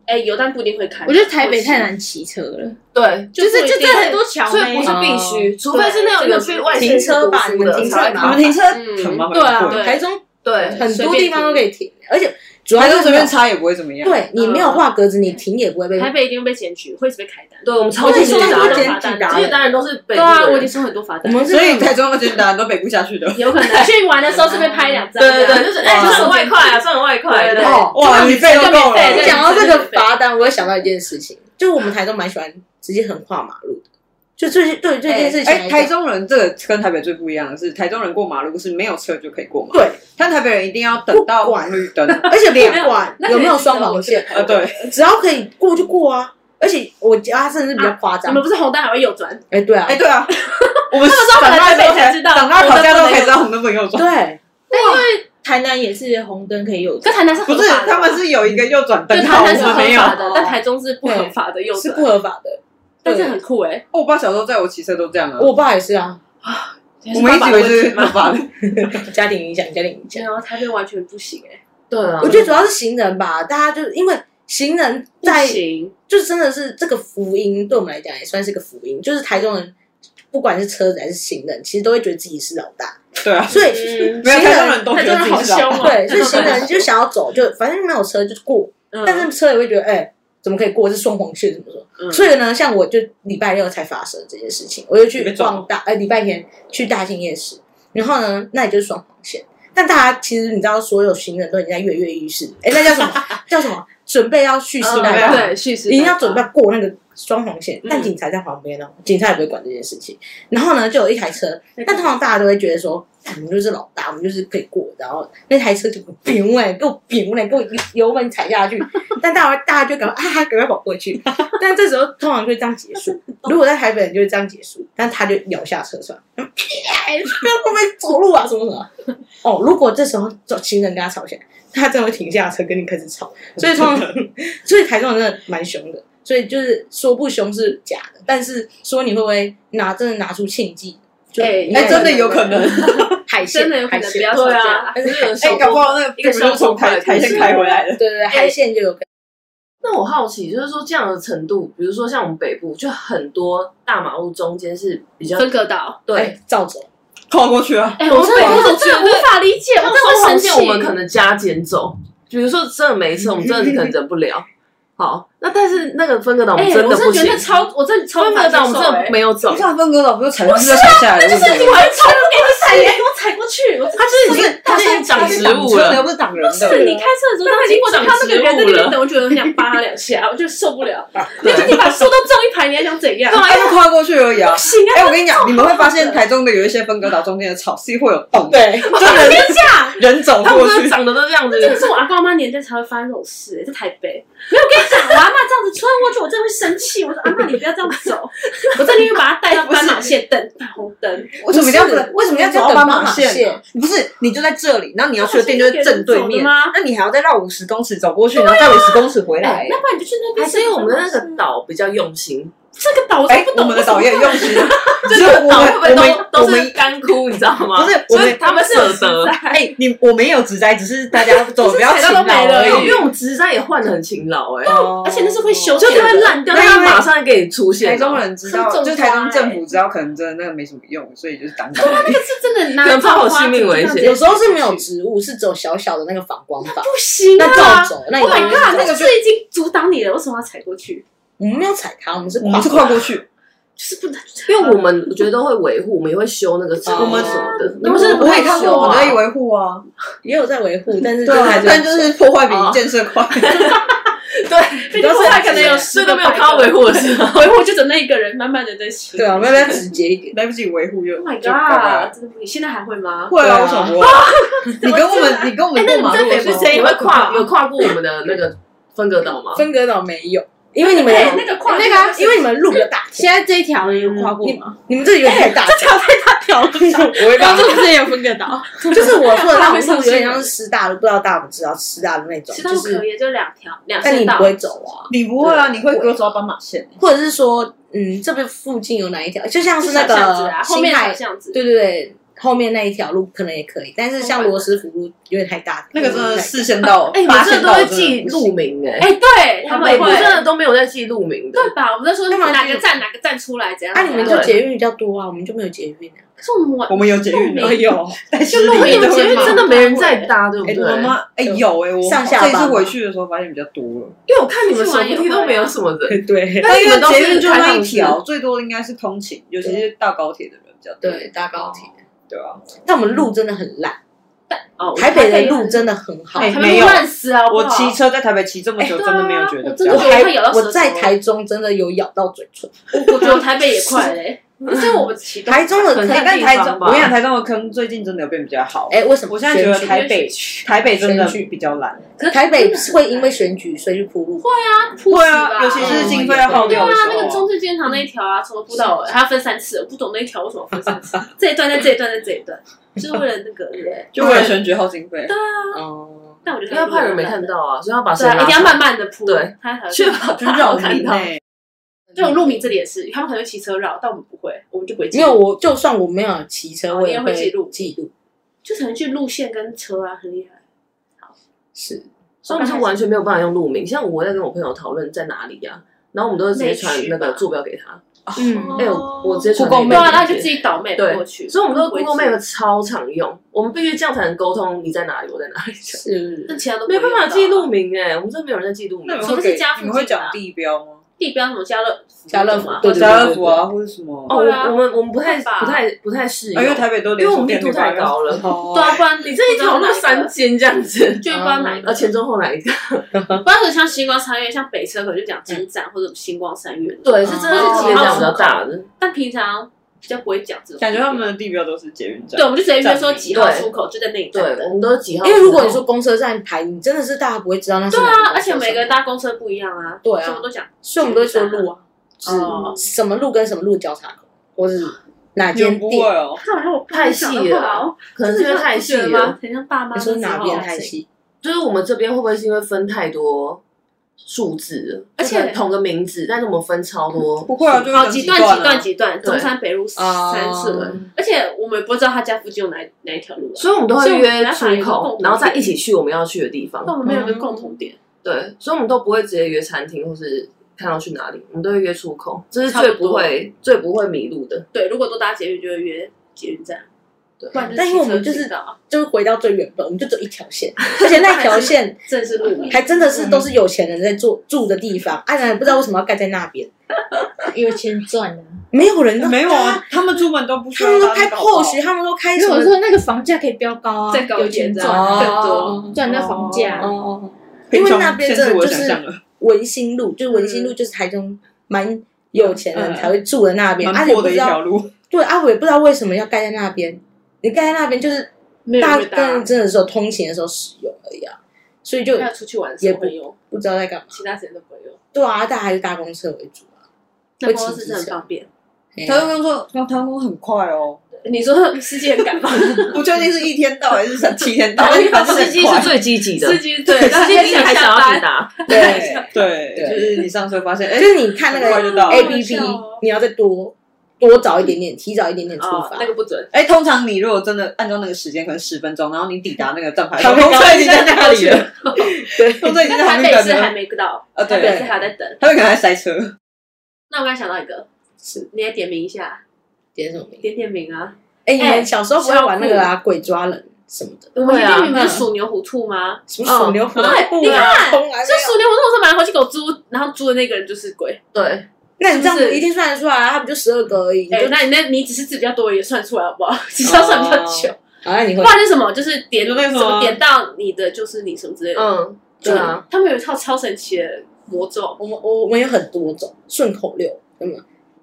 C: 哎，有但不一定会开。
H: 我觉得台北太，难骑车了，
D: 对，
H: 就是就
C: 就不一定
H: 这很多桥
D: 所以
H: 没
D: 不是必
H: 哦
D: 须，除非是那种
C: 对
D: 有去外县
E: 停
D: 市
E: 车吧，
D: 读
E: 你
D: 书
E: 们
D: 的
E: 停车
D: 才会
E: 吧
D: 看，
F: 停车
C: 嗯
F: 很麻烦，
E: 对啊，
C: 对
E: 台中
D: 对，
E: 很多地方都可以停，而且主要
F: 台中
E: 是
F: 随
E: 没有
F: 便插也不会怎么样。
E: 对你没有画格子，你停也不会被。
C: 台北一定会被检举，会一直被开单。
D: 对我们超级
E: 对
D: 复
E: 现在
D: 杂
E: 都
D: 的
E: 检
D: 嘛，
E: 举
D: 这
E: 达
D: 些
E: 人，
D: 当然都是北
C: 对
D: 部
C: 啊，
D: 的
C: 我已
D: 人
C: 经收很多罚
E: 我
C: 单。
E: 们是
F: 所以台中的简单都北部下去 的。
C: 有可能去玩的时候顺便拍两张。
D: 对对对，
C: 这
D: 就是
C: 样
D: 哎，
F: 哇
D: 赚外快啊，赚外快，
C: 对对
E: 哦，
F: 哇，你费都够
C: 对
F: 了
C: 对。
E: 讲到这个罚单，我也想到一件事情，就是我们台中蛮喜欢直接横跨马路的，就最近对于这件事情
F: 哎，
E: 来讲，
F: 台中人这个跟台北最不一样的是，台中人过马路是没有车就可以过马路，
E: 对，
F: 但台北人一定要等 到
E: 不
F: 红
E: 管
F: 绿灯。
E: 而且不管有没有双黄线，
F: 呃，对，
E: 只要可以过就过啊。而且我家甚至比较夸
C: 你
E: 张
C: 们，不是红灯还会右转？
E: 哎，对啊
F: 哎，，对 啊，我们长大之后才知道，啊长大吵架之后才知道红灯不能右转。
E: 对，
H: 台南也是红灯可以右
C: 在
H: 转，
C: 台南是合
F: 不
C: 法
F: 是，
C: 的
F: 他们是有一个右转
C: 对
F: 灯
C: 台
F: 号，我
C: 南是合
F: 们没有。
C: 法的，但台中是不合法的右
E: 是
C: 转
E: 不，合法的。
C: 但是很酷哎。
F: 哦我爸小时候载我骑车都这样啊，
E: 我爸也是啊，
F: 我们一直以为是合法的，
E: 家庭影响，家庭影响。
C: 然后台北完全不行哎，
D: 对啊
E: 我，觉得主要是行人吧，大家就是因为行人
C: 不
E: 在
C: 行，
E: 就真的是这个福音，对我们来讲也算是个福音。就是台中人，不管是车子还是行人，其实都会觉得自己是老大，
F: 对啊，
E: 所以
D: 嗯
F: 没有啊
E: 行人
F: 台中人都觉得自己是老大。
E: 对，所以行人就想要走，就反正没有车就过，
C: 嗯
E: 但是车也会觉得，哎、怎么可以过？是双黄线怎么说？
C: 嗯
E: 所以呢，像我就礼拜六才发生这件事情，我就
F: 你
E: 去
F: 被撞
E: 逛大，呃，礼拜天去大兴夜市，然后呢，那里就是双黄线。但大家其实你知道，所有行人都已经在跃跃欲试，哎、那叫什么？叫什么？准备要蓄势
C: 嗯
E: 待发，
C: 对，蓄势
E: 一定要准备过那个双黄线，但警察在旁边哦，警察也不会管这件事情。然后呢，就有一台车，但通常大家都会觉得说，哎我们就是老大，我们就是可以过。然后那台车就丙哎，给我丙哎，给我油门踩下去。但大家大家就赶快啊，赶快跑过去。但这时候通常就这样结束。如果在台北人就是这样结束，但他就咬下车窗，嗯哎不要不会走路啊，什么什么。 哦，如果这时候走行人跟他吵起来，他真的会停下车跟你开始吵。所以通常， 所以台中人真的蛮凶的。所以就是说不凶是假的，但是说你会不会拿真的拿出庆忌，就
C: 哎
E: 应该
F: 哎，真的有可能，
E: 海鲜，
C: 真的有可
E: 海
C: 能
E: 鲜
C: 不要吵
D: 对
C: 架
D: 啊
C: 啦。，
D: 还是有
F: 哎，搞不好那个根本就从台台先开回来的。
E: 对对对，海鲜就有可
D: 那我好奇，就是说这样的程度，比如说像我们北部，就很多大马路中间是比较
C: 分割到，
E: 能
D: 对，
E: 哎照走。
F: 跨过去啊！
C: 哎、我真的
D: 我
C: 我真的无法理解，我真
D: 双
C: 的会
D: 黄
C: 生气。
D: 线我们可能加减走，比如说真的没车，我们真的可能忍不了。好，那但是那个分隔岛我
C: 哎、
D: 们
C: 我
D: 的
C: 真
D: 不
C: 的觉
D: 行，
C: 得超，我真的超
D: 分
C: 无
D: 隔
C: 法
D: 岛我
C: 接
D: 们
C: 受、
D: 真的
C: 欸。
D: 没有走
F: 不，是啊分割岛，不是踩上去就踩下来的，就是
C: 你完全不给我踩耶，给我踩过去，我
D: 它就是它是已经长植物了，
F: 不是挡人的。
C: 是你开车的时候，他经过看到那个人在那边等，我觉得很想扒他两下，我就受不了。那 就你把树都种一排，你还想怎样？
F: 哎，就跨过去而已啊。
C: 行啊，
F: 哎，我跟你讲，你们会发现台中的有一些分割岛中间的草是会有洞的，
E: 对，
F: 真的人人走
D: 它
F: 过
D: 们真的
F: 去。
D: 长得都这样子
C: 这。个是我阿公阿妈年代才会发生这种事、欸，在台北。没有，我跟你讲，我阿妈这样子穿过去，我真的会生气。我说阿妈，你不要这样走， 我真的会把她带到斑马线等大红灯。
F: 为什么一定要
E: 不是
F: 为什么要走到
E: 等
F: 斑
E: 斑马
F: 线呢？不是，你就在这里，然后你要去的店就是正对面，
C: 斑马线
F: 那你还要再绕五十公尺走过去，然后再五十公尺回来。
C: 要不然你就去那边。
D: 还
G: 啊
D: 是因为我们那个岛比较用心，
C: 这个岛，我真
F: 哎
C: 的不，
F: 我
C: 懂
F: 们的导演用 心， 就是我
D: 岛会不会
F: 们我们
D: 都
F: 我
D: 都是
F: 们
D: 干枯，你知道吗？
F: 不是我
D: 所
F: 们
D: 以他们舍得，
F: 哎，你我们也有植栽，只是大家走
C: 就是
F: 不要
C: 踩
F: 勤
C: 到
F: 劳
C: 都没了
F: 而
D: 因
F: 已。
D: 为我们植栽也换的很勤劳哎，
F: 哦
C: 而且那是会修剪
D: 就
C: 的，
D: 它会烂掉，
F: 那
D: 但
F: 因为
D: 它马上可以出现。
F: 台中人知道，
C: 是种
F: 就台中
C: 花
F: 政
C: 哎
F: 府知道，可能真的那个没什么用，所以就是挡挡。
C: 那个是真的拿
D: 可能怕我性命危险
E: 有时候是没有植物，是只有小小的那个反光板，
C: 不行
E: 那
C: 啊
E: 照！走，那
C: Oh my
E: 也
C: god！那
E: 个
C: 个是已经阻挡你了，为什么要踩过去？
E: 我们没有踩它，我们是
F: 我们
E: 跨
F: 是跨过去，
C: 就是不能。
D: 因为我们我觉得都会维护，我们也会修那个植
E: 我
D: 物
E: 们
D: 什么的。
C: 你们是
F: 我也看过，我们在
D: 在
F: 维护啊，
E: 也有在维护，但是
F: 对啊哦
E: 还，
F: 但就是破坏比建设 快。
D: 对，
C: 都
D: 都
C: 是
D: 是
C: 他可能有十
D: 这
C: 个
D: 都没有看到维护的时候。
C: 回我就只那一个人，慢慢的在骑。
E: 对啊，我们要不要直接一点？
F: 来不及维护又
C: Oh my
F: 就拜拜
C: god！真的不行，现在还会吗？
F: 会
E: 对啊
F: 啊，为什么不会？ 你跟我们，你跟我 们过马路的时候，
D: 你会跨有跨过我们的那个分隔岛吗？
E: 分隔岛 没有，因为你们有
C: 哎那个跨
E: 那个啊，因为你们路比较大，
H: 现在这一条的有跨过吗？
E: 你们这有点太大，这条太大条了。我会
H: 刚刚不是也有分割到？
E: 就是我说的那种路，有点像是师大的，不知道大家有没有知道师大的那种，
C: 其他
E: 就
C: 路可
E: 是
C: 以，就两条两
E: 但
C: 线
E: 你
C: 道
E: 不。会走啊，
F: 你不会啊，你会割走到斑马线。
E: 或者是说，嗯，这边附近有哪一条，就像
C: 就是小
E: 那
C: 巷子啊，
E: 个
C: 后
E: 新
C: 面
E: 海
C: 小巷子，
E: 对对对，后面那一条路可能也可以，但是像
C: Oh my
E: 罗斯福路有点太大，
F: 那个真的
E: 对
F: 四线道
D: 哎，，你
F: 八
D: 们
F: 线
D: 这
F: 道
D: 都会
F: 真的
D: 记
F: 不行
D: 路名哎。
C: 哎，对，他
D: 我
C: 们
D: 北部
C: 会
D: 真的都没有在记路名的，
C: 对吧？我们在说
E: 干嘛啊
C: 哪个站哪个站出来怎样？
E: 那你们
C: 怎
E: 就
C: 样
E: 捷运比较多啊，我们就没有捷运啊。
C: 可是我们玩
F: 我们有捷运的，
E: 有，
F: 但是路
D: 因为
F: 名
D: 捷运真的没人在搭，对不
F: 哎，
D: 对？
F: 我妈哎
E: 对
F: 有哎，我
E: 上下
F: 这
E: 班
F: 一
E: 吗
F: 次回去的时候发现比较多了，
D: 因为我看你们手扶梯都没有什么人，
E: 对
D: 但是
F: 但因
D: 你
F: 为
D: 们都
F: 捷
D: 是
F: 运就
D: 开
F: 那
D: 放
F: 一
D: 式
F: 条，最多的应该是通勤，尤其是到高铁的人比较多。
E: 对，搭高铁。
F: 对啊，
E: 但我们路真的很烂，
C: 哦，
E: 台北的路真的很好。
F: 哎
C: 台
F: 没
C: 北
F: 有
C: 路烂死啊！好不好
F: 我骑车在台北骑这么久，真的没有觉得
C: 我
F: 比
C: 真
F: 较
E: 我
C: 的
F: 好。
C: 觉得
E: 还
C: 会咬到舌头
E: 我在台中真的有咬到嘴唇，
C: 我觉得台北也快嘞，所以我们骑
E: 台中的可以
D: 很
F: 哎但
D: 地
F: 台
D: 方
F: 中，
D: 吧
F: 我跟你讲，台中的坑最近真的有变比较好。
E: 哎，为什么？
F: 我现在觉得
E: 选举
F: 台北台北真的
E: 选举
F: 比较烂，
E: 台北会因为选举所以去铺路，
C: 扑
F: 会
C: 死
F: 啊，
C: 吧，
F: 尤其是经费要耗
C: 对
F: 掉
C: 啊
F: 的时，
C: 那个
F: 候
C: 中正纪念堂那一条啊，从头铺到尾，它分三次，我不懂那一条为什么分三次，这一段在这一段在这一段，就是为了那个对不对
F: 啊，？就为了选举耗经费。
E: 哦，
C: 但我觉得
D: 因为怕有人没看，到啊，所以要把绳
C: 对啊，一
D: 拉
C: 定要
D: 长
C: 慢慢的铺，
D: 对，
C: 它才会
D: 确保
C: 它才
F: 扰
C: 会看
F: 民
E: 哦
C: 到。
F: 哎，
C: 这种路名这里也是，他们可能会骑车绕，但我们不会，我们就不会骑
E: 没有，我就算我没有骑车，
C: 哦
E: 我
C: 你也会
E: 记
C: 记录
E: 记录，
C: 就可能去路线跟车啊，很厉害。
E: 是
D: 所以我们就完全没有办法用路名。像我在跟我朋友讨论在哪里呀、然后我们都是直接传那个坐标给他。
C: 哦
H: 嗯，
D: 哎、我我直接传给
E: Google
C: 对啊，
D: 他
C: 那就自己倒妹
D: 对
C: 过去，
D: 所以我们都 Google
C: 妹
D: Map 超常用，我们必须这样才能沟通你在哪里，我在哪里。
E: 是，
C: 但其他都不
D: 没
C: 会
D: 办法
C: 用到啊
D: 记。路名哎、我们真的没有人在记路名
F: 那你。
C: 我
F: 们
C: 们
F: 会
C: 是
F: 给
C: 家附
F: 你们会
C: 近的啊
F: 讲地标吗？
C: 地标什么家乐
E: 家乐福
C: 嘛，
E: 对对对
F: 家乐福啊，或者什么，
D: 哦，
F: 啊
C: 对啊
D: 我我们我们不太
C: 会吧
D: 不太不太适应，
F: 因为台北都
D: 因为
F: 连
D: 我
F: 锁
D: 们
F: 店
D: 密度太高了，
C: 对
E: 哦
F: 对
C: 啊，不然
D: 你这一条路三间这样 子，
C: 就不知道哪一个
D: 呃，，前中后哪一个？
C: 不然可像星光三月，像北车可能就讲金站或者星光三月，
D: 对，是真的是街站比较大的，
C: 但平常比较不会讲这种，
F: 感觉他们的地标都是捷运站
C: 对，。我们就直接约说几号
D: 对
C: 出口就在那一站
D: 对，我们都是几号？
E: 因为如果你说公车站牌，你真的是大家不会知道那是
C: 对
E: 哪个公车
C: 啊，
E: 站
C: 而且每个搭公车不一样啊，
E: 对啊
C: 什么都讲，
E: 所以我们都会说路啊，
C: 哦
E: 是什么路跟什么路交叉口，或是哪
F: 你们
E: 间
F: 不会
E: 店？
F: 哦，
C: 看来我
D: 太细了，可能是因为太细了
C: 吗？，很像爸
E: 你
C: 妈那时候
E: 说哪边太？细？
D: 就是我们这边会不会是因为分太多数字了，
C: 而且
D: 同个名字，但是我们分超多，
F: 不会啊，就
C: 哦，
F: 是
C: 几
F: 段
C: 段
F: 啊
C: 几段几段，
D: 对哦
C: 中山北路三四轮，而且我们也不知道他家附近有哪哪一条路啊，
D: 所以我们都会
C: 所以我们
D: 约
C: 来
D: 出
C: 把一个共
D: 口
C: 同，点
D: 然后再一起去我们要去的地方
C: 那。我们没有一个共同点，
D: 对，所以我们都不会直接约餐厅或是看要去哪里，我们都会约出口，这是
C: 差不
D: 最
C: 多
D: 不会最不会迷路的。
C: 对，如果都搭捷运就会约捷运站，
D: 对
C: 不然
E: 但因为我们就是
C: 骑车到
E: 就是回到最原本，我们就走一条 线，而且那条线
C: 正式路名，
E: 还真的是都是有钱人在住住的地方，哎、啊，也不知道为什么要盖在那边，
G: 有钱赚啊的。
E: 没有人
F: 没有
E: 啊，
F: 啊，他们出门都不需
E: 他
F: 要
E: 们都
F: 搭
E: 开
F: 那个好不好
E: 破许，他们都开
G: 因
E: 什
G: 为我
E: 么？
G: 说那个房价可以飙高啊，
C: 再高
G: 有
C: 一点
G: 钱
C: 这
G: 赚
C: 样
G: 啊
C: 更
E: 哦
C: 多。
G: 赚那房价。
E: 哦，
F: 贫穷
E: 因为那边
F: 限制
E: 真的
F: 我
E: 就是
F: 想象了，
E: 文心路就是文
F: 嗯
E: 心路，就是台中蛮有钱人才会住的那边，啊，
F: 蛮
E: 你
F: 破
E: 不
F: 的一
E: 知道
F: 条，路。
E: 对啊，我也不知道为什么要盖在那边，你盖在那边就是
C: 没有
E: 大
C: 人会搭
E: 但，真的是有通勤的时候使用而已啊，所以就
F: 嗯
C: 要出去玩的时
E: 也
C: 候
E: 不
C: 会用，
E: 不知道在干嘛。
C: 其他时间都不会用。
E: 对啊，大家还是搭公车为主啊。
C: 那公司真的很方便。
E: 哎
F: 台
E: 呀
F: 中刚说，刚台中很快哦，
C: 你说司机很赶吗？
F: 不确定是一天到还是三七天到，
D: 然后
F: 但是
D: 司机是最积极的，
C: 司机对，
D: 司
C: 司
D: 机
C: 机
D: 比你还想要
C: 下
D: 抵
C: 班。
D: 达。
E: 对，
F: 对，
E: 对
F: 就是你上车发现，哎
E: 就，是你看那
F: 很快就
E: 个
F: 到了
E: A P P，你要再多多早一点点，提早一点点出
C: 哦，
E: 发
C: 那。个不准。
F: 哎，通常你如果真的按照那个时间，可能十分钟，然后你抵达那个站牌，
E: 旁边
F: 公车已经在
E: 刚刚
F: 那里了，
E: 对
F: 公车已经
C: 但
F: 在旁
C: 台
F: 边
C: 北
F: 等
C: 市还
F: 了。
C: 没到，
F: 啊，
C: 台北
F: 对，
C: 市还在等。
F: 他们可能还塞 车。
C: 那我刚才想到一个，是你来点名一下，
E: 点什么名？
C: 点点名啊。
E: 哎，你们小时候不会玩那个啊，鬼抓人什么的，
C: 我们点名不是鼠牛虎兔吗？
E: 什么
F: 哦
E: 鼠牛虎兔啊
C: 对你看
E: 从来没
C: 所以
E: 有。
C: 鼠牛虎兔是买回去给我猪，然后猪的那个人就是鬼。
D: 对，
E: 那你这样
C: 是不
E: 子
C: 是
E: 一定算得出来啊，他不就十二个而已。你
C: 哎
E: 就，
C: 那你那你只是字比较多也算出来好 不好？只是要算比较久，
E: 好，那你
C: 不
E: 会
C: 然是什么？就是点
F: 就那个
C: 什
F: 什么
C: 么点到你的就是你什么之类的。
D: 嗯，对啊，
C: 他们有一套超神奇的魔咒，
E: 我们我我们有很多种顺口溜，那么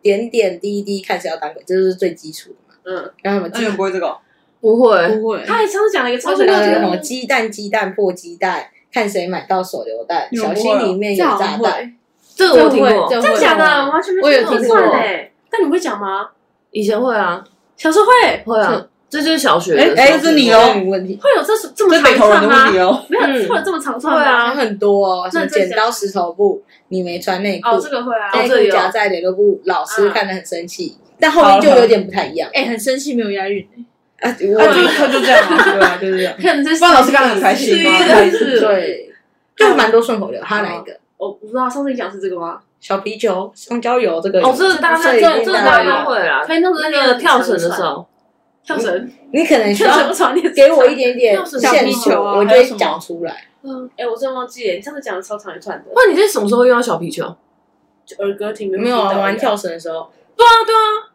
E: 点点滴滴看谁要当鬼，这就是最基础的嘛。
C: 嗯，
E: 然后什么
F: 那你
E: 鸡
F: 们不会这个哦？
D: 不会，
H: 不会，
C: 他还上次讲了一个超神奇
E: 呃什
C: 的，
E: 么鸡蛋鸡蛋破鸡蛋，看谁买到手榴弹，
F: 有
E: 小
F: 不
E: 心
F: 会啊
E: 里面有
H: 这好
E: 炸
H: 像
E: 弹。
H: 会，
D: 这个我听过，
H: 真
C: 真的假的？我完全没
H: 我有
C: 听过
H: 听
D: 过
C: 算欸但你会讲吗？
D: 以前会啊，
C: 小时候会
D: 会啊，这就是小学
F: 哎
D: 的时
F: 哎
D: 候，
F: 这是你
E: 哦，
F: 哦
E: 问题
C: 会有这是这么
F: 这是北
C: 长
F: 投
C: 串
F: 人的
C: 吗
F: 问题？哦。
C: 没有
D: 嗯
C: 会有这么长
E: 对
C: 串吗？
E: 啊，很多哦，什
C: 那
E: 么
C: 这
E: 剪刀石头布，你没穿内裤，
C: 哦，这个会啊，
E: 内
D: 这
E: 裤
D: 有
E: 夹在联络部，老师
C: 嗯
E: 看得很生气，但后面就有点不太一样
G: 哎，很生气，没有押韵。
E: 啊，
F: 啊，
E: 我
F: 就是他就这样啊，对啊，就是这样。
C: 可能这是
F: 不然老师刚刚很开心吗？
D: 真的是
E: 对，就蛮多顺口溜，还有哪一个？
C: 我不知道上次你讲是这个吗？
E: 小啤酒、香蕉油，这个
D: 哦，这个大家
E: 这
D: 这
E: 一定
D: 个这个大家都会啦。
C: 可以那时候
D: 那个跳绳的时候，
C: 跳绳，
E: 你可能需
F: 嗯
C: 跳绳
E: 要
C: 我常念
E: 给我一点点
D: 小
E: 线
D: 啤
E: 索，
F: 酒啊
E: 我就
F: 还有
E: 会
F: 什么
E: 讲出来。
C: 嗯， 哎，我真忘记了，你上次讲的超长一串的，
D: 哇，你在什么时候用到小皮球？
C: 就儿歌听
E: 没有啊，玩跳绳的时候，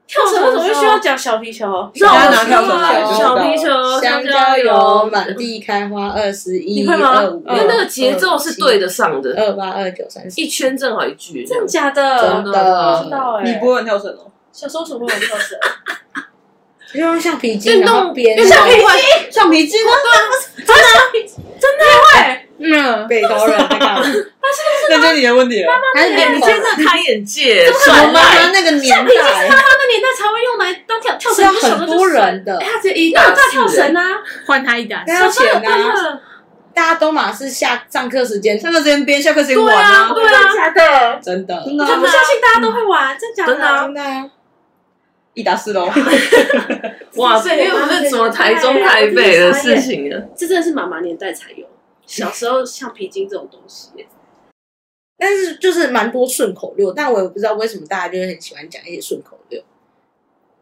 C: 跳绳，为什么会需要讲小皮球？
D: 让
F: 大
D: 我
F: 家拿跳绳来就知
D: 啊小
F: 道
D: 皮球、
E: 香
D: 蕉
E: 蕉油满
D: 满地，
E: 地开花，二十一，
D: 你会吗？
E: 二五，
D: 因为那个节奏是对得上的，
E: 二八二九三十，
D: 一圈正好一句嗯这
C: 真
D: 样
C: 的
D: 子。
C: 假的？
D: 真的
C: 不知道哎，
F: 你不会玩跳绳哦？
C: 小时候什么会玩跳绳？
E: 就用橡皮筋，
D: 运
E: 然后
D: 动
E: 编
D: 运动
E: 那个
D: 会
F: 橡皮筋啊，
G: 嗯，
E: 北投人在 干嘛？
F: 那就是你的问题了。
E: 还是
D: 哎，
E: 编
D: 你真的开眼界，
F: 我
D: 帅
F: 妈妈那个年代，
C: 那年代才会用来当跳跳
E: 是
C: 绳，
E: 要
C: 不小时
E: 很
C: 候就
E: 多
C: 是
E: 人的
C: 哎，，他只有一大跳绳啊，
G: 换他一打。
E: 那要
C: 真
E: 钱
C: 的真
E: 啊！
C: 的。
E: 大家都嘛是下上课时间，
F: 上课时间编，下课时间玩啊。
C: 对啊，假的，
E: 真的
F: 真的
C: 我
F: 啊
C: 不相信大家都会玩，真假的？
D: 真的啊
E: 真的啊，
F: 一打四喽。
D: 哇！这因为不是什么台中、台北的事情啊了。
C: 这真的是妈妈年代才有，小时候橡皮筋这种东西，
E: 但是就是蛮多顺口溜，但我也不知道为什么大家就是很喜欢讲一些顺口溜。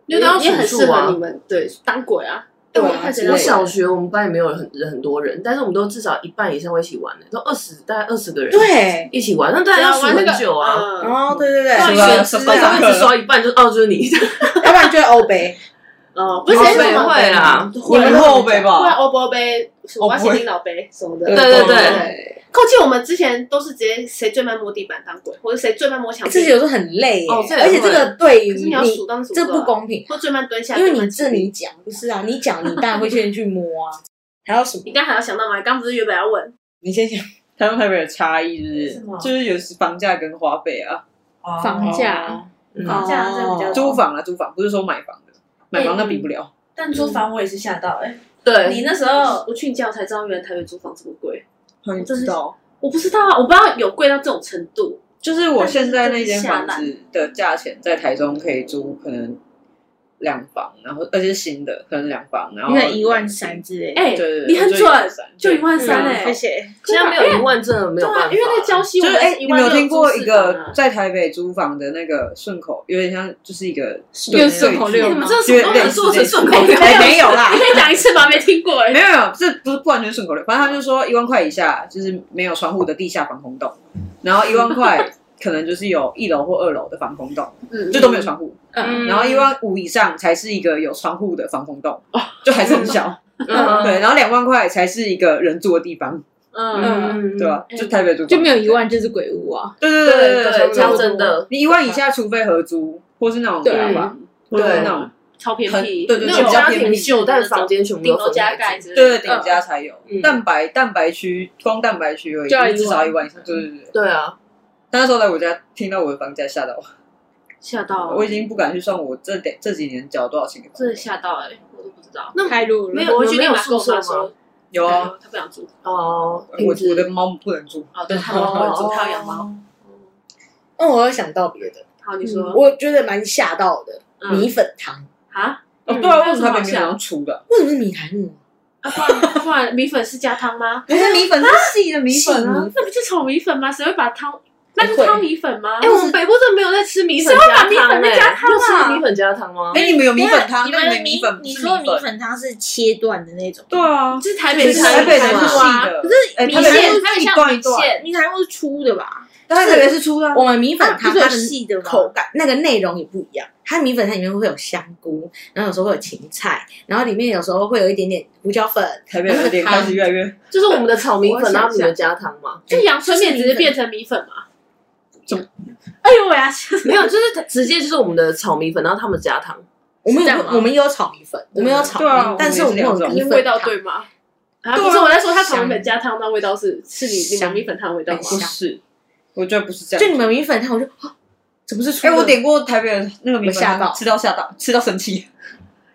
D: 因为都要
C: 也很
D: 数
C: 适
D: 数啊
C: 合你们对当鬼啊，哎，
E: 对
C: 我
E: 啊
C: 太
E: 之
C: 觉
E: 类
C: 得
D: 我
E: 的
D: 小学我们班也没有很人很多人，但是我们都至少一半以上会一起玩的，都二十大概二十个人，，
E: 对，
D: 一起玩，那当然要数很久啊。
C: 嗯，
E: 哦，对对对，
F: 嗯
E: 要
F: 啊
D: 选班上一直刷一半就哦，就是你，
E: 不然就是欧杯，
C: 哦，不
D: 不
C: 是
D: 是
C: 谁
D: 谁会啦，
F: 你们啊后辈
C: 不啊然
F: 吧？
C: 欧波杯、什么
F: 欧波
C: 新
F: 杯
C: 领导杯什么的，
E: 对
D: 对
E: 对，
C: 扣记我们之前都是直接谁最慢摸地板当鬼，或者谁最慢摸墙壁，
E: 自己有时候很累耶，
D: 哦这也
E: 而且这个对于
C: 可是你要数到那数
E: 这
C: 多
E: 不
C: 啊，
E: 公平，
C: 或最慢蹲下，
E: 因为
C: 最
E: 你
C: 慢
E: 这
C: 起立
E: 你讲不是啊，你讲你当然会先去摸啊，还有什么？
C: 你刚才有想到吗？刚不是原本要问，
E: 你先讲
F: 台中台北的差异就是
G: 什么
F: 就是有时房价跟花费啊，
G: 房价，
D: 嗯
C: 这样这样比较
F: 租房啊租房，不是说买房的，买房那比不了。
H: 但租房我也是吓到哎、
D: 对，
H: 你那时候
C: 我去你家我才知道，原来台北租房这么贵。
F: 你
C: 真的
F: 知道，
C: 我不知道啊，我不知道有贵到这种程度。
F: 就是我现在那间
C: 但是
F: 房
C: 就是下
F: 子的价钱在台中可以租可能两房，然后而且是新的可能两房，然后
G: 应该一万三之类的。
C: 哎、
F: 对对对
C: 你很
F: 就一万
C: 准
F: 三，
C: 就
F: 对
C: 一万三
G: 嗯
E: 欸
C: 哎、
G: 谢谢。
D: 现在没有一万真的没
C: 对
D: 有办
C: 啊，
D: 法，
C: 因为那礁溪
F: 就
C: 我
F: 是
C: 们
F: 哎、
C: 是
F: 你
C: 万六
F: 们有听过
C: 租
F: 一
C: 四房
F: 个
C: 啊
F: 在台北租房的那个顺口，有点像就是一个
G: 又顺口溜
F: 对对
G: 吗
D: 你们这什么都能做成顺口溜，
F: 没有啦
C: 你，可以讲一次吗？没听过哎、
F: 没有没有，这不是不完全顺口溜，反正他就说一万块以下就是没有窗户的地下防空洞，然后一万块可能就是有一楼或二楼的防空洞，
C: 嗯，
F: 就都没有窗户，
D: 嗯
F: 然后一万五以上才是一个有窗户的防空洞，就还是很小，
D: 嗯
F: 对，然后两万块才是一个人住的地方，
C: 嗯，
D: 嗯，
F: 对吧？就台北租房
G: 就没有一，万就是鬼屋啊，
F: 对对
D: 对
F: 对对
D: 对
F: 对
D: 对，
F: 对，
D: 超真的，
F: 你一万以下，除非合租或是那种
G: 对
F: 雅房，或者是那种
C: 超偏
F: 很
C: 僻，
F: 对对
D: 那
F: 对
D: 种
F: 比较
D: 家
F: 偏
D: 庭
F: 僻
D: 旧，但房间全部
C: 顶
D: 都
C: 楼
D: 分
C: 加
D: 开
C: 盖
D: 住
C: 之类
F: 对
C: 的。
F: 顶家才有
D: 嗯
F: 蛋白蛋白区，光蛋白区而已，
G: 就要
F: 就是至少一
G: 一
F: 万以上，对对对。对
D: 对啊，
F: 那时候来我家，听到我的房价吓到我，
C: 吓到
F: 我已经不敢去算我这点这几年缴多少钱给房
C: 真的
F: 租。
C: 吓到哎、我都不知道。
G: 太弱了。
D: 没
C: 我
D: 有
C: 回去
D: 你们没有
C: 立马跟
D: 宿
C: 我妈
D: 舍
C: 说
D: 吗？，
F: 有啊，
C: 她不想住。
D: 哦，
F: 我
D: 品质
F: 我的猫不能住，
C: 哦，对，她不想住，
D: 哦
C: 她要养猫。
E: 那哦我又想到别的，
C: 好，你说
E: 嗯我觉得蛮吓到的，
C: 嗯
E: 米粉汤，
C: 啊？
F: 哦
C: 嗯
F: 对啊，为什么他
C: 那有
F: 明明
C: 什么好
F: 能出的？
E: 为什么是米苔木？
C: 啊不然不然米粉是加汤吗？
F: 可是米粉是细的米粉啊，
C: 那不就炒米粉吗？谁会把汤？那是
E: 会
C: 汤米粉吗？
D: 哎，我们北部真的没有在吃米粉加
C: 谁会把
D: 汤
C: 米粉再加
D: 哎，
C: 汤啊
D: 有吃米粉加汤吗？
F: 哎，你们有米粉汤，
G: 你
F: 但
G: 们
F: 没
G: 的
F: 米粉，
G: 你
F: 是
G: 说的米
F: 粉，
G: 粉汤是切断的那种，
F: 对啊，
C: 哦这是台北
F: 就是
C: 市
F: 台北才
D: 的
F: 是
D: 嘛
F: 细的，
G: 可
F: 哎
G: 是米
F: 台北
G: 线
F: 是
G: 它很
F: 一
G: 像
F: 段一
G: 米
F: 段
G: 线，米线会粗的吧？
F: 但是台北是出的啊，
E: 我们米粉
G: 它
E: 汤
G: 不是
E: 它
G: 有
E: 的
G: 细的吗？
E: 口感那个内容也不一样。它米粉汤里面会有香菇，然后有时候会有芹菜，然后里面有时候会有一点点胡椒粉。
F: 台北的脸开始越来越
D: 就是我们的炒米
C: 我
D: 粉，
C: 想
D: 然后你
C: 想
D: 们加汤吗？
C: 就阳春面只是变成米粉嘛？哎呦喂啊！
D: 没有，就是直接就是我们的炒米粉，然后他们加汤。
E: 我们
G: 这样
E: 有
G: 吗
E: 我们也有炒米粉，我们有炒
F: 对啊
E: 面，但是
F: 我
E: 我们
F: 们也是
E: 有
F: 两种
E: 米
C: 因
E: 粉
C: 为味道
E: 汤，
C: 对吗？啊，
F: 对啊
C: 不是我在说它炒米粉
E: 香
C: 加汤那味道是是你你们
E: 香
C: 米粉汤的味道吗？
F: 不是，我觉得不是这样。
E: 就你们米粉汤，我就啊怎么是粗
F: 哎、
E: 的？
F: 我点过台北的那个米粉
E: 我吓到
F: 汤，吃到吓到，吃到生气，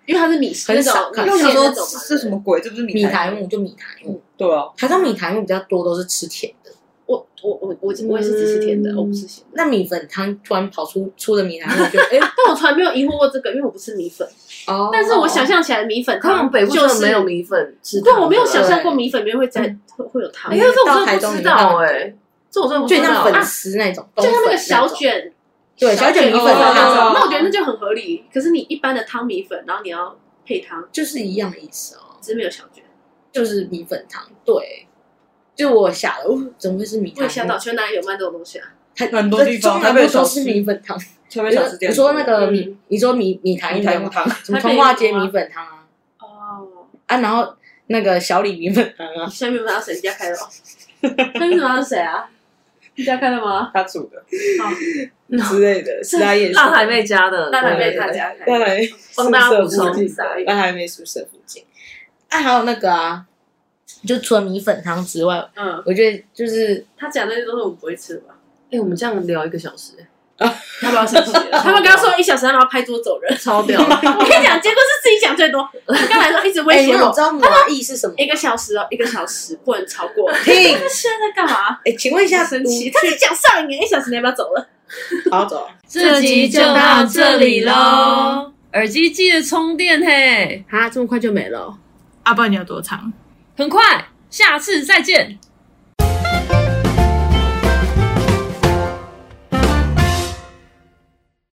C: 因为它是米
E: 很
C: 那种
E: 少看
F: 因为我
C: 米
F: 想
C: 线
F: 说
C: 那
F: 这
C: 种嘛
F: 这什？么鬼？这不是米
E: 米
F: 苔
E: 苔木就米苔木，
F: 对啊，
E: 台中米苔木比较多都是吃甜的。
C: 我我我我我也是只吃甜的，
D: 嗯
C: 我不吃咸的。
E: 那米粉汤突然跑出出了米苔木，我就哎
C: 但我从来没有疑惑过这个，因为我不吃米粉。
E: 哦。
C: 但是我想象起来的米粉
D: 可我
C: 汤
D: 们北部真
C: 就
D: 的
C: 是
D: 没有，米粉吃汤
C: 对，
D: 的。
C: 我没有想象
E: 对
C: 过米粉里面会在会会有汤
D: 哎，。因为这我真
E: 到台
D: 的
E: 中
D: 不知
E: 你就看
D: 道
E: 得
D: 哎，这我真的不
E: 就
D: 知
E: 很
D: 道。
E: 像粉丝那种，
C: 就像那
E: 冬
C: 个
E: 粉
C: 小
E: 种
C: 卷，
E: 对小卷米粉
F: 哦
E: 汤，
C: 那我觉得那就很合理。可是你一般的汤米粉，然后你要配汤，
E: 就是一样的意思哦，
C: 只是没有小卷。
E: 就是米粉汤，对。就我吓了，哦怎么会是米苔
C: 我也
E: 木？
C: 吓到，全南有卖这种东西啊。
E: 台
F: 很多地方
E: 中南
F: 台北
E: 部
F: 小
E: 都
F: 吃
E: 是米粉汤。
F: 台北小吃店。
E: 你说那个米，
D: 嗯
E: 你说米米苔
F: 米
E: 木
F: 苔
E: 汤
F: 木
E: 吗
F: 汤，
E: 什么童话街米粉汤啊
C: 哦，
E: 啊，然后那个小李米粉汤啊，
C: 下面不知道谁家 开的哦，下面不知道是谁啊？你家开的吗？
F: 他煮的
C: 好
F: 之类的，是他也是
D: 辣台妹加的，
C: 那还
F: 台妹
C: 被他家开。
F: 辣台
D: 帮大家补
F: 宿舍附
D: 充。
F: 近
C: 傻眼
F: 辣台妹宿舍附近，
E: 啊，还有那个啊，就除了米粉汤之外，
C: 嗯，
E: 我觉得就是
C: 他讲那些东西我们不会吃的吧？
D: 哎，我们这样聊一个小时，哎
C: 他不要生气了， 他们刚刚说一小时，他们要拍桌走人。
D: 超屌。
C: 我跟你讲，结果是自己讲最多。他刚才说一直威
E: 哎，你
C: 胁
E: 有
C: 我
E: 知，道
C: 啊
E: 麻意是什么？
C: 一个小时哦，一个小时不能超过。
E: 听，
C: 他现在在干嘛？
E: 哎，请问一下，
C: 生气，他只讲上瘾，一小时你要不要走了？
E: 好走啊，
B: 这集就到这里喽，耳机记得充电嘿，
C: 啊，这么快就没了哦。
H: 阿爸你要多长？
B: 很快，下次再见，